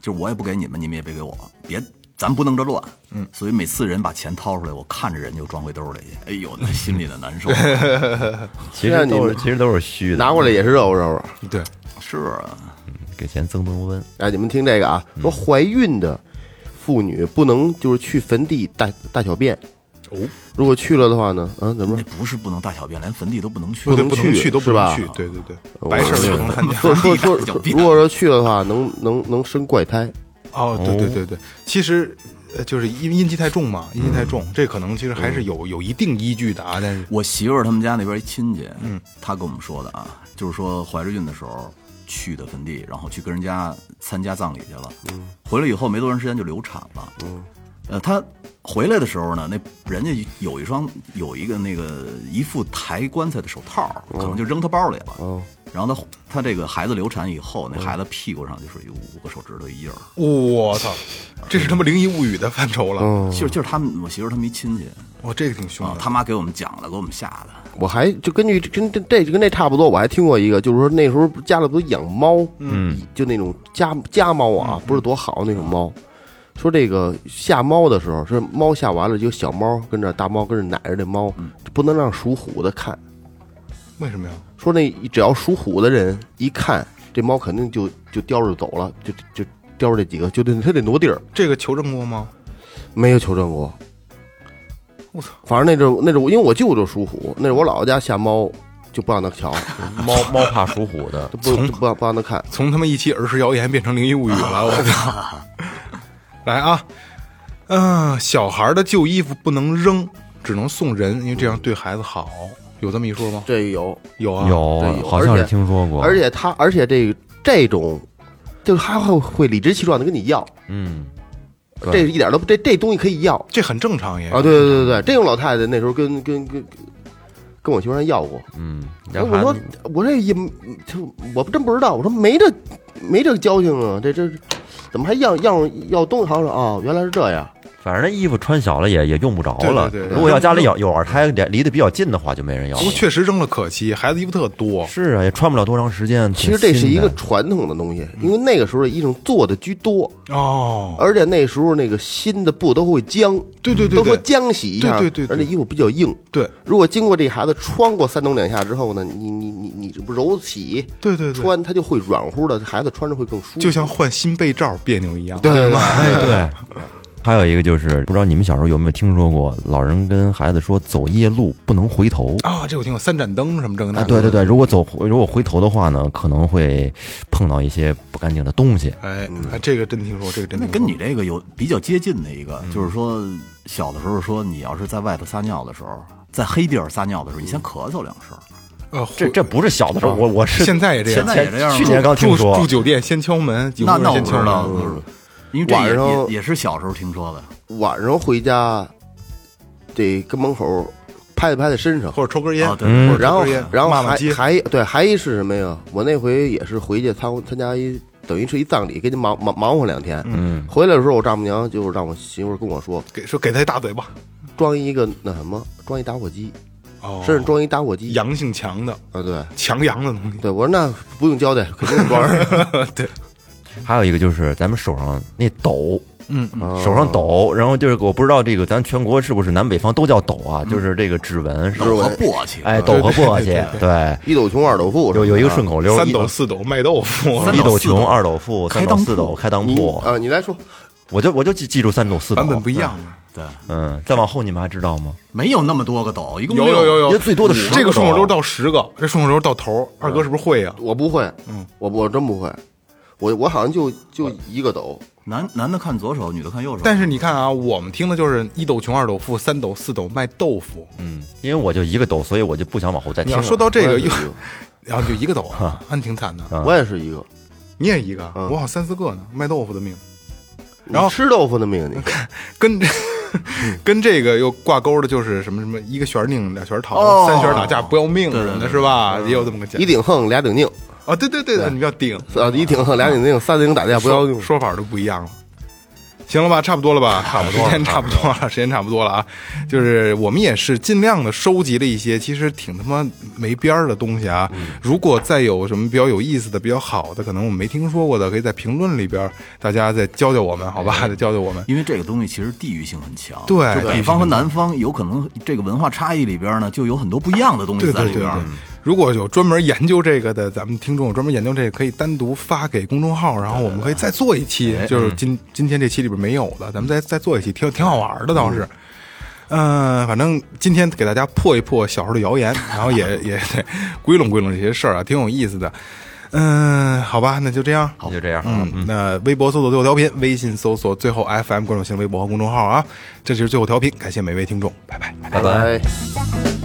Speaker 5: 就是我也不给你们，你们也别给我，别，咱不弄这乱。嗯，所以每次人把钱掏出来，我看着人就装回兜里去，哎呦，那心里的难
Speaker 3: <laughs>
Speaker 5: 受。
Speaker 1: 其
Speaker 4: 虽
Speaker 1: 实
Speaker 4: 然你
Speaker 1: 都是
Speaker 4: 们
Speaker 1: 其实都是虚的，
Speaker 4: 拿过来也是肉肉。
Speaker 3: 对，
Speaker 5: 是啊，
Speaker 1: 给钱增增温，
Speaker 4: 哎，你们听这个啊，
Speaker 5: 嗯
Speaker 4: 说怀孕的妇女不能就是去坟地大大小便。
Speaker 3: 哦，
Speaker 4: 如果去了的话呢，啊，怎么
Speaker 5: 那？不是不能大小便，连坟地都不能去
Speaker 3: 不。
Speaker 4: 能
Speaker 3: 不能
Speaker 4: 去
Speaker 3: 去，都不能
Speaker 4: 是
Speaker 3: 去
Speaker 4: 吧，
Speaker 3: 对对对，白事儿不能参加。
Speaker 5: <laughs>
Speaker 3: <laughs>
Speaker 4: 说说说
Speaker 5: 大小，便
Speaker 4: 如果说去了的话，能能能生怪胎。
Speaker 3: 哦，对对对对，其实呃，就是因阴气太重嘛，阴气太重，这可能其实还是有有一定依据的啊。但是
Speaker 5: 我媳妇儿他们家那边一亲戚，嗯，他跟我们说的啊，就是说怀着孕的时候去的坟地，然后去跟人家参加葬礼去了，嗯，回来以后没多长时间就流产了，嗯，呃，她回来的时候呢，那人家有一双有一个那个一副抬棺材的手套，可能就扔她包里了，嗯，然后她她这个孩子流产以后，那孩子屁股上就是有五个手指头一印儿，
Speaker 3: 我操，这是他妈灵异物语的范畴了，
Speaker 5: 就是就是他们我媳妇儿他们一亲戚
Speaker 3: 哇，这个挺凶
Speaker 5: 啊，
Speaker 3: 的。
Speaker 5: 他妈给我们讲的，给我们吓的。
Speaker 4: 我还就根据跟这这跟这差不多，我还听过一个，就是说那时候家里不是养猫，嗯，就那种家家猫啊，
Speaker 5: 嗯
Speaker 4: 不是多好那种猫。说这个下猫的时候，是猫下完了，就小猫跟着大猫跟着奶着这猫，
Speaker 5: 嗯
Speaker 4: 不能让属虎的看。
Speaker 3: 为什么呀？
Speaker 4: 说那只要属虎的人一看这猫，肯定就就叼着走了，就就叼着这几个，就得他得挪地儿。
Speaker 3: 这个求证过吗？
Speaker 4: 没有求证过。
Speaker 3: 我操！
Speaker 4: 反正那阵那阵，因为我舅舅属虎，那是我姥姥家下猫就不让他瞧，
Speaker 1: 猫猫怕属虎 <laughs> 的，
Speaker 4: 就不不让不让他看。
Speaker 3: 从他妈一期儿时谣言变成灵异物语了，我操！
Speaker 5: <laughs>
Speaker 3: 来啊，嗯、小孩的旧衣服不能扔，只能送人，因为这样对孩子好，有这么一说吗？
Speaker 4: 这有，
Speaker 3: 有啊，
Speaker 4: 对有
Speaker 1: 好像
Speaker 4: 而
Speaker 1: 是
Speaker 4: 且
Speaker 1: 听说过，
Speaker 4: 而且他而且这这种，就是他会会理直气壮的跟你要，
Speaker 1: 嗯，对
Speaker 4: 这一点都不这这东西可以要
Speaker 3: 这很正常也
Speaker 4: 啊！对对对对，这种老太太那时候跟跟跟跟我媳妇儿要过，
Speaker 1: 嗯，
Speaker 4: 哎
Speaker 1: 然后
Speaker 4: 我说我这也就我真不知道，我说没这没这个交情啊，这这怎么还要要要东西？好像哦，原来是这样。
Speaker 1: 反正那衣服穿小了也也用不着
Speaker 3: 对对
Speaker 1: 了。
Speaker 3: 对对
Speaker 1: 如果要家里有有二胎，离离得比较近的话，就没人要
Speaker 3: 不过
Speaker 1: 了。
Speaker 3: 确实扔了可惜，孩子衣服特多，
Speaker 1: 是啊，也穿不了多长时间。
Speaker 4: 其
Speaker 1: 挺
Speaker 4: 实这是
Speaker 1: 新
Speaker 4: 一
Speaker 1: 的
Speaker 4: 个传统的东西，因为那个时候的衣裳做的居多，
Speaker 3: 哦，
Speaker 4: 而且那时候那个新的布都会浆，
Speaker 3: 对对对
Speaker 4: 都说
Speaker 3: 对
Speaker 4: 浆洗一下，
Speaker 3: 对对对对
Speaker 4: 而且衣服比较硬。
Speaker 3: 对
Speaker 4: 如果经过这孩子穿过三冬两夏之后呢，你你你你这不揉洗
Speaker 3: 对对对，
Speaker 4: 穿，它就会软乎的，孩子穿着会更舒服。
Speaker 3: 就像换新被罩别扭一样。
Speaker 4: 对对对，
Speaker 1: 哎，对，还有一个就是，不知道你们小时候有没有听说过，老人跟孩子说走夜路不能回头。
Speaker 3: 啊，这我听过三盏灯什么这个那
Speaker 1: 啊，
Speaker 3: 个
Speaker 1: 对对，对，如果走如果回头的话呢，可能会碰到一些不干净的东西。
Speaker 3: 哎，哎这个真听说，这个真听
Speaker 5: 那
Speaker 3: 说。
Speaker 5: 跟你这个有比较接近的一个，就是说小的时候说你要是在外头撒尿的时候，在黑地儿撒尿的时候，你先咳嗽两声，
Speaker 3: 呃，
Speaker 1: 这
Speaker 3: 会
Speaker 1: 这不是小的时候，我我是
Speaker 3: 现在也这样
Speaker 5: 现在也这样吗
Speaker 1: 去年刚听
Speaker 3: 住
Speaker 1: 说
Speaker 3: 住酒店先敲门，有
Speaker 5: 那
Speaker 3: 工
Speaker 5: 那
Speaker 3: 人先
Speaker 5: 我不
Speaker 3: 敲
Speaker 5: 知道，
Speaker 3: 门。
Speaker 5: 不是因为这
Speaker 4: 晚上
Speaker 5: 也也也是小时候听说的。
Speaker 4: 晚上回家得跟门口拍一拍他身上，
Speaker 3: 或者抽根烟
Speaker 5: 啊，对
Speaker 1: 嗯
Speaker 3: 或者
Speaker 4: 然
Speaker 3: 抽
Speaker 4: 后
Speaker 3: 根烟
Speaker 4: 然后
Speaker 3: 骂骂
Speaker 4: 还
Speaker 3: 街，
Speaker 4: 还对还一是什么呀？我那回也是回去参参加一等于是一葬礼，给你忙忙忙活两天。
Speaker 1: 嗯，
Speaker 4: 回来的时候，我丈母娘就让我媳妇儿跟我说，
Speaker 3: 给说给他一大嘴巴，
Speaker 4: 装一个那什么，装一打火机，
Speaker 3: 哦
Speaker 4: 身上装一打火机。
Speaker 3: 阳性强的
Speaker 4: 啊，对
Speaker 3: 强阳的东西。
Speaker 4: 对，我说那不用交代，肯定装上。
Speaker 3: <laughs>
Speaker 1: 还有一个就是咱们手上那抖，
Speaker 3: 嗯，
Speaker 1: 手上抖，然后就是我不知道这个咱全国是不是南北方都叫抖
Speaker 5: 嗯
Speaker 1: 啊，就是这个指纹是
Speaker 5: 那我簸箕，
Speaker 1: 哎，抖和簸箕，对，
Speaker 4: 一斗穷，二斗富，
Speaker 1: 有有一个
Speaker 4: 是吧
Speaker 1: 顺口溜，
Speaker 3: 三
Speaker 1: 一
Speaker 3: 斗四斗卖豆腐，
Speaker 5: 三
Speaker 1: 一斗
Speaker 5: 四
Speaker 1: 穷，
Speaker 5: 斗
Speaker 1: 二斗富，
Speaker 5: 开
Speaker 1: 三斗
Speaker 5: 裆
Speaker 1: 四
Speaker 5: 裤
Speaker 1: 斗开裆
Speaker 4: 你
Speaker 1: 裤，
Speaker 4: 啊，你来说，
Speaker 1: 我就我就记记住三斗四斗
Speaker 3: <laughs> 版本不一样啊。
Speaker 5: 对，
Speaker 1: 嗯，再往后你们还知道吗？
Speaker 5: 没有那么多个斗，一共
Speaker 3: 有
Speaker 5: 六
Speaker 3: 有有
Speaker 1: 因
Speaker 3: 有，
Speaker 1: 为最多的十个
Speaker 3: 嗯
Speaker 1: 嗯
Speaker 3: 这个顺口溜
Speaker 1: 斗
Speaker 3: 到十个，这顺口溜到头，二哥是不是会呀？
Speaker 4: 我不会，嗯，我我真不会，我我好像就就一个斗，
Speaker 5: 男男的看左手，女的看右手。
Speaker 3: 但是你看啊，我们听的就是一斗穷，二斗富，三斗四斗卖豆腐。
Speaker 1: 嗯，因为我就一个斗，所以我就不想往后再
Speaker 3: 你
Speaker 1: 听了。
Speaker 3: 要说到这
Speaker 4: 我
Speaker 3: 个
Speaker 4: 也
Speaker 3: 又
Speaker 4: 是一，
Speaker 3: 然后就一个斗啊，那挺惨的。
Speaker 1: 啊
Speaker 4: 我也是一个。
Speaker 3: 你也一个，
Speaker 4: 嗯
Speaker 3: 我好像三四个呢，卖豆腐的命。
Speaker 4: 你
Speaker 3: 然后
Speaker 4: 吃豆腐的命，你
Speaker 3: <laughs> 跟这跟这个又挂钩的就是什么什么一个旋儿拧，俩旋儿逃，
Speaker 5: 哦
Speaker 3: 三旋儿打架不要命
Speaker 5: 对
Speaker 3: 什
Speaker 5: 对
Speaker 3: 么的，
Speaker 5: 对
Speaker 3: 是吧？也有这么个讲
Speaker 4: 一顶横，俩顶拧，
Speaker 3: 啊，对对对，对你们要顶，
Speaker 4: 啊，一顶横，俩顶拧，三顶打架不要用
Speaker 3: 说。说法都不一样了。行了吧，差不多了吧， <laughs> 差不多，时间差不多了，时间差不多了啊。就是我们也是尽量的收集了一些，其实挺他妈没边儿的东西啊。如果再有什么比较有意思的、比较好的，可能我们没听说过的，可以在评论里边儿大家再教教我们，好吧？再教教我们。
Speaker 5: 因为这个东西其实地域性很强，
Speaker 3: 对
Speaker 5: 就北方和南方有可能这个文化差异里边呢，就有很多不一样的东西
Speaker 3: 对
Speaker 5: 在
Speaker 3: 对
Speaker 5: 里
Speaker 3: 对
Speaker 5: 边
Speaker 3: 对。，如果有专门研究这个的，咱们听众有专门研究这个，可以单独发给公众号，然后我们可以再做一期，就是今今天这期里边没有的，咱们再再做一期，挺挺好玩的倒是。嗯、反正今天给大家破一破小时候的谣言，然后 <laughs> 也也对归拢归拢这些事儿啊，挺有意思的。嗯，好吧，那就这样。
Speaker 1: 就这样，
Speaker 3: 嗯，那微博搜索最后调频，微信搜索最后 FM，关注新浪微博和公众号啊。这就是最后调频，感谢每位听众，拜拜。
Speaker 1: 拜拜。
Speaker 4: 哎。
Speaker 6: Thank